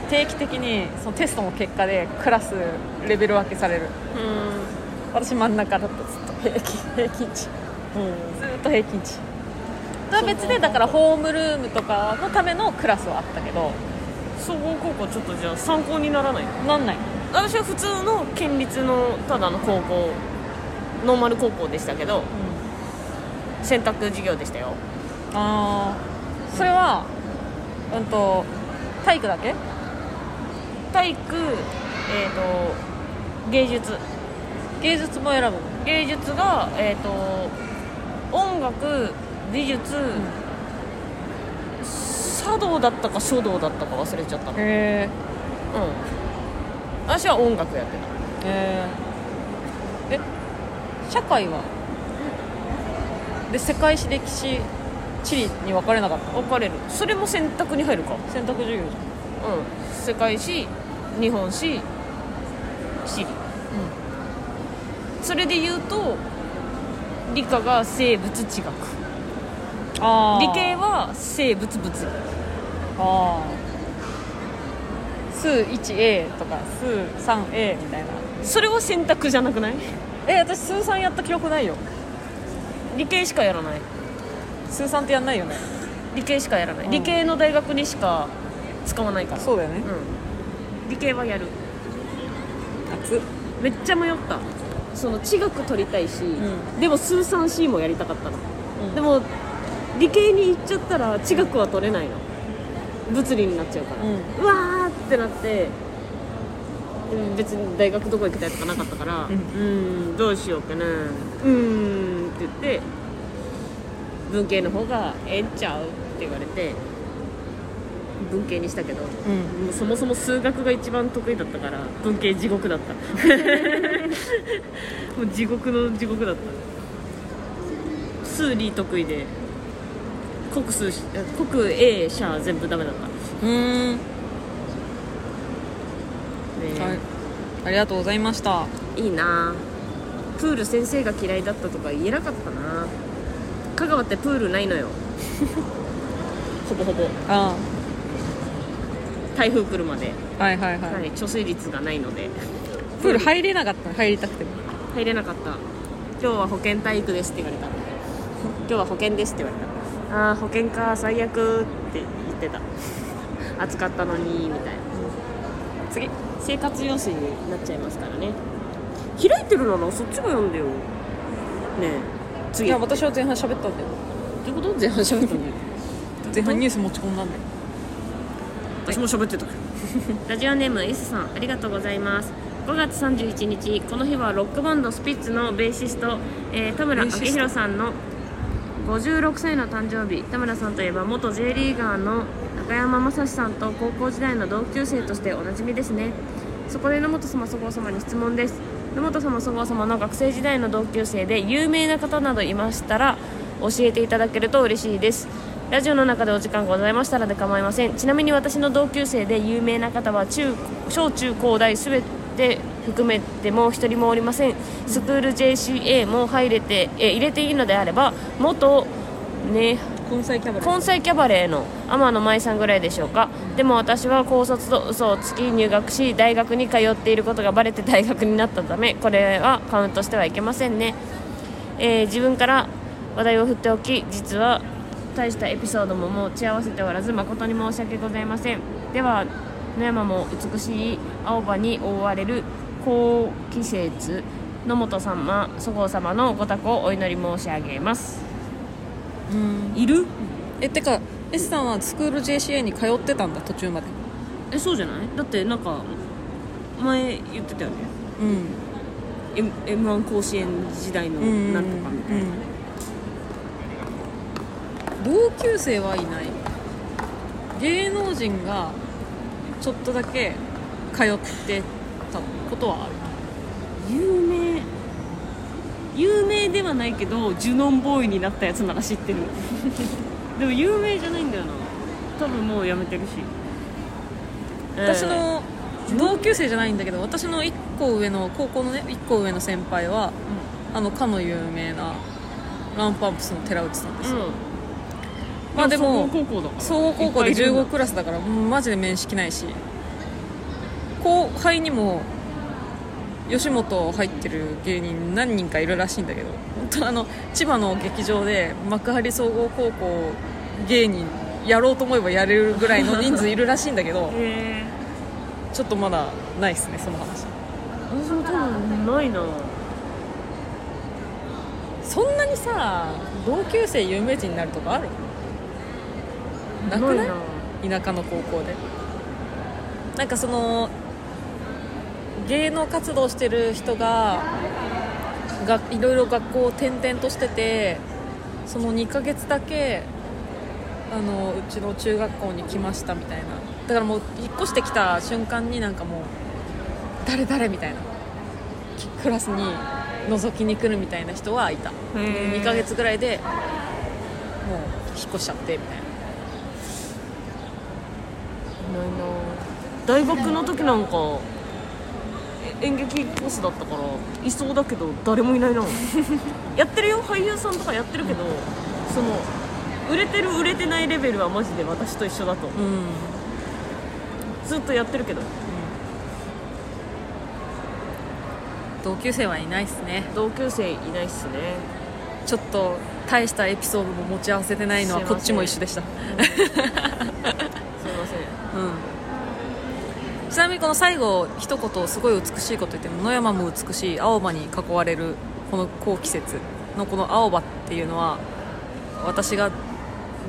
S2: 定期的にそのテストの結果でクラスレベル分けされる私真ん中だったずっと平均平均値ずっと平均値それは別でだからホームルームとかのためのクラスはあったけど
S1: 総合高校ちょっとじゃあ参考にならない
S2: なんない
S1: 私は普通の県立のただの高校ノーマル高校でしたけど選択授業でしたよ
S2: ああそれはうんと体育だけ
S1: 体育えっ、と芸術
S2: 芸術も選ぶの
S1: 芸術がえっ、と音楽美術、茶道だったか書道だったか忘れちゃったのうん
S2: へ
S1: 私は音楽やってた
S2: えええ社会はで世界史歴史地理に分かれなかった
S1: 分かれるそれも選択に入るかうん
S2: 選択授業じ
S1: 世界史日本史地理それで言うと理科が生物地学
S2: ゃんあ
S1: 理系は生物物理
S2: ああ数 1A とか数 3A みたいな
S1: それは選択じゃなくない
S2: え私数3やった記録ないよ
S1: 理系しかやらない
S2: 数3ってやんないよね
S1: 理系しかやらない、
S2: うん
S1: 理系の大学にしか使わないから
S2: そうだよね
S1: うん理系はやる
S2: 夏
S1: めっちゃ迷ったその地学取りたいし、
S2: う
S1: でも数三 C もやりたかったの、
S2: うん
S1: でも理系に行っちゃったら地学は取れないの物理になっちゃうから、
S2: う
S1: うんわーってなってうん別に大学どこ行きたいとかなかったからう
S2: うん
S1: ーんどうしようかなうーんって言って文系の方がええんちゃうって言われて文系にしたけど
S2: うん
S1: もうそもそも数学が一番得意だったから文系地獄だ
S2: [LAUGHS]
S1: ったもう地獄の地獄だった数理得意で国数しあ国英社全部ダメだったね
S2: うんはいありがとうございました
S1: い、いなあプール先生が嫌いだったとか言えなかったな香川ってプールないの
S2: [LAUGHS]
S1: よほぼほぼ
S2: あ
S1: 台風来るまで、
S2: あはいはいはい、
S1: はい、貯水率がないので
S2: プール入れなかったの入りたくても
S1: 入れなかった今日は保健体育ですって言われた今日は保健ですって言われたああー保健か最悪って言ってた暑かったのにみたいな
S2: 次
S1: 生活用水になっちゃいますからね開いてるならそっちが読んでよねえ
S2: い
S1: 次
S2: や
S1: ど
S2: 私は前半喋ったんだよ
S1: ういうこと前半喋ったんだよ
S2: 前半ニュース持ち込んだんだよ
S1: [LAUGHS] 私も喋ってたラジオネーム S さんありがとうございます5月31日この日はロックバンドスピッツのベーシスト、えー田村
S2: ベ
S1: 明
S2: ーシスト
S1: 宏さんの56歳の誕生日田村さんといえば元 J リーガーの中山雅史さんと高校時代の同級生としておなじみですねそこで野本様そごう様に質問です野本様そごう様の学生時代の同級生で有名な方などいましたら教えていただけると嬉しいですラジオの中でお時間ございましたらで構いませんちなみに私の同級生で有名な方は中小中高大すべて含めてもう一人もおりませんスクール JCA も入れてえ入れていいのであれば元ね
S2: 根菜キャバレー
S1: 根菜キャバレーの天野舞さんぐらいでしょうかでも私は高卒と嘘をつき入学し大学に通っていることがバレて大学になったためこれはカウントしてはいけませんね、えー自分から話題を振っておき実は大したエピソードも持ち合わせておらず誠に申し訳ございませんでは野山も美しい青葉に覆われる高季節野本様そごう様のご多幸をお祈り申し上げます
S2: うん
S1: いる
S2: えてか S さんはスクール JCA に通ってたんだ途中まで
S1: えそうじゃないだってなんか前言ってたよね
S2: うん
S1: 「M 1甲子園時代のなんとか」みたいな、
S2: 同級生はいない芸能人がちょっとだけ通ってたことはある
S1: 有名有名ではない
S2: [LAUGHS]
S1: けどジュノンボーイになったやつなら知ってるでも有名じゃないんだよな多分もうやめてるし
S2: 私の同級生じゃないんだけど私の1個上の高校のね1個上の先輩はあのかの有名なランパンプスの寺内さんです、
S1: うん、うん、
S2: まあでも
S1: 総合高校だから
S2: 総合高校で
S1: いっぱいいるんだ
S2: 15クラスだからうんマジで面識ないし後輩にも吉本入ってる芸人何人かいるらしいんだけど本当あの千葉の劇場で幕張総合高校芸人やろうと思えばやれるぐらいの人数いるらしいんだけど [LAUGHS]
S1: へえ
S2: ちょっとまだないですねその話
S1: 私も多分ないな
S2: そんなにさ同級生有名人になるとかあるなくない
S1: な
S2: 田舎の高校でなんかその芸能活動してる人ががいろいろ学校を転々としててその2ヶ月だけあのうちの中学校に来ましたみたいなだからもう引っ越してきた瞬間になんかもう誰誰みたいなきクラスに覗きに来るみたいな人はいた
S1: へえ
S2: 2ヶ月ぐらいでもう引っ越しちゃってみたいな
S1: ないな大学の時なんかえ演劇コースだったからいそうだけど誰もい
S2: [LAUGHS]
S1: ないなやってるよ俳優さんとかやってるけどその売れてる売れてないレベルはマジで私と一緒だと
S2: うん
S1: ずっとやってるけど
S2: 同級生はいないですね
S1: 同級生いないっすね
S2: ちょっと大したエピソードも持ち合わせてないの
S1: す
S2: は
S1: いませ
S2: こ
S1: ん
S2: っちも一緒でした、
S1: すいません
S2: うん、ちなみにこの最後一言すごい美しいこと言って野山も美しい青葉に囲われるこの後季節のこの青葉っていうのは私が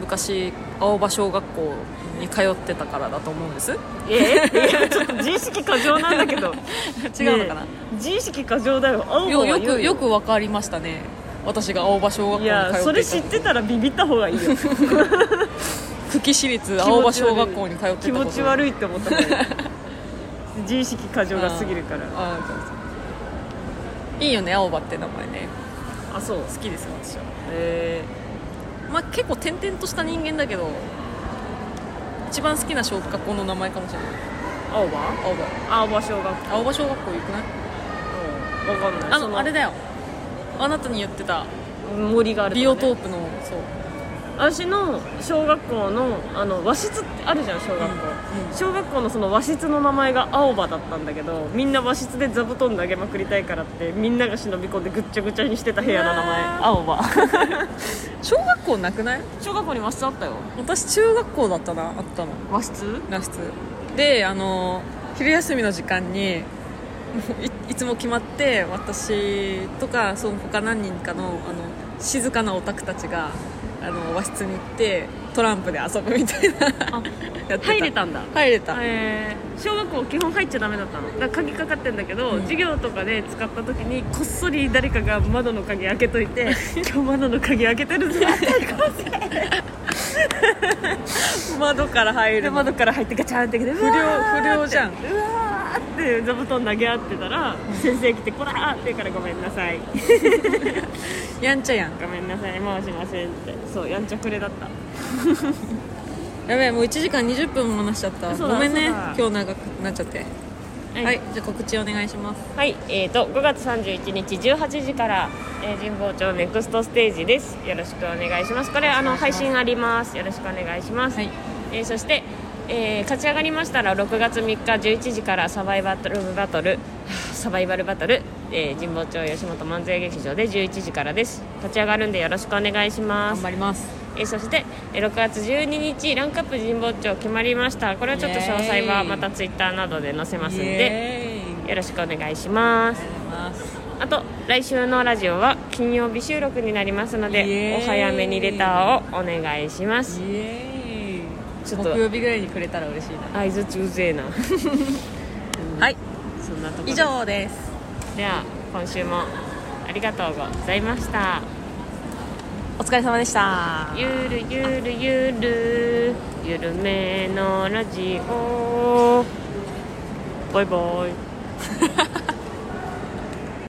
S2: 昔青葉小学校に通ってたからだと思うんです違
S1: えい [LAUGHS] やちょっと自意識過剰なんだけ
S2: [LAUGHS]
S1: ど
S2: うのかな、
S1: ねえ自意識過剰だよ青葉
S2: よ
S1: は
S2: よ
S1: 言う
S2: くよく分かりましたね私が青葉小学
S1: い
S2: 校に通ってい
S1: や
S2: た
S1: それ知ってたらビビった方がいいよ
S2: 久喜市立青葉小学校に通ってたこと
S1: 気持ち悪いって思ったから自意識過剰が過ぎるから
S2: あーそうそういいよね青葉って名前ね
S1: あそう
S2: 好きですよ私は
S1: え
S2: まあ結構転々とした人間だけど一番好きな小学校の名前かもしれない
S1: ー、青葉
S2: 青葉
S1: 青葉小学校
S2: 青葉小学校行くない
S1: うんわかんない
S2: あ
S1: そ
S2: のあれだよあなたに言ってた
S1: 森があると
S2: ビ
S1: か
S2: オ
S1: ね
S2: トープのそう
S1: 私の小学校のあの和室ってあるじゃん小学校、
S2: うんうん
S1: 小学校のその和室の名前が青葉だったんだけどみんな和室で座布団投げまくりたいからってみんなが忍び込んでぐっちゃぐちゃにしてた部屋の名前
S2: うわー
S1: 青葉
S2: [LAUGHS] 小学校なくない
S1: 小学校に和室あったよ
S2: 私中学校だったなあったの
S1: 和室
S2: ラスであの昼休みの時間に [LAUGHS] もういいつも決まって私とかその他何人かのあの静かなオタクたちがあの和室に行ってトランプで遊ぶみたいな [LAUGHS]
S1: あ
S2: やってた
S1: 入れたんだ
S2: 入れた、
S1: えー小学校基本入っちゃダメだったのだから鍵かかってんだけど、授業とかで使った時にこっそり誰かが窓の鍵開けとい [LAUGHS] て今日窓の鍵開けてるぞ
S2: 窓から入
S1: で
S2: るの
S1: 窓から入ってガチャンって開けて
S2: 不良不良じゃ
S1: う
S2: ん
S1: わーって座布団投げ合ってたら先生来て「こら!」って言うから「ごめんなさい
S2: やんちゃやん
S1: ごめんなさい回しません」ってそうやんちゃくれだった
S2: やべえもう1時間20分も話しちゃった
S1: そう
S2: ご
S1: だ
S2: めんね
S1: そうだ
S2: 今日長くなっちゃってはい、じゃあ告知お願いします
S1: はい、えー、と5月31日18時から、えー、神保町ネクストステージですよろしくお願いしますこれあ
S2: お
S1: の
S2: 願いしま
S1: 配
S2: す
S1: 信ありますよろしくお願いします、
S2: はい
S1: えーそして、えー勝ち上がりましたら6月3日11時からサバイバルバトル [LAUGHS] サバイバルバトル、えー、神保町吉本漫才劇場で11時からです勝ち上がるんでよろしくお願いしま
S2: 頑
S1: す
S2: 張ります
S1: えーそしてえー6月12日ランクアップ神保町決まりましたこれはちょっと詳細はまたツイッターなどで載せますん
S2: イ
S1: で
S2: エーイ
S1: よろしくお願いします
S2: ありがとうございます
S1: あと来週のラジオは金曜日収録になりますの
S2: イエ
S1: で
S2: ーイ
S1: お早めにレターをお願いします
S2: イエーイ
S1: ちょっと
S2: 木曜日ぐらいにくれたら嬉しい
S1: 合図中ぜえな
S2: なはい
S1: [LAUGHS] そんなところ
S2: 以上です
S1: では今週もありがとうございました
S2: お疲れ様でした
S1: ゆるゆるゆるゆるめのラジオバイバイ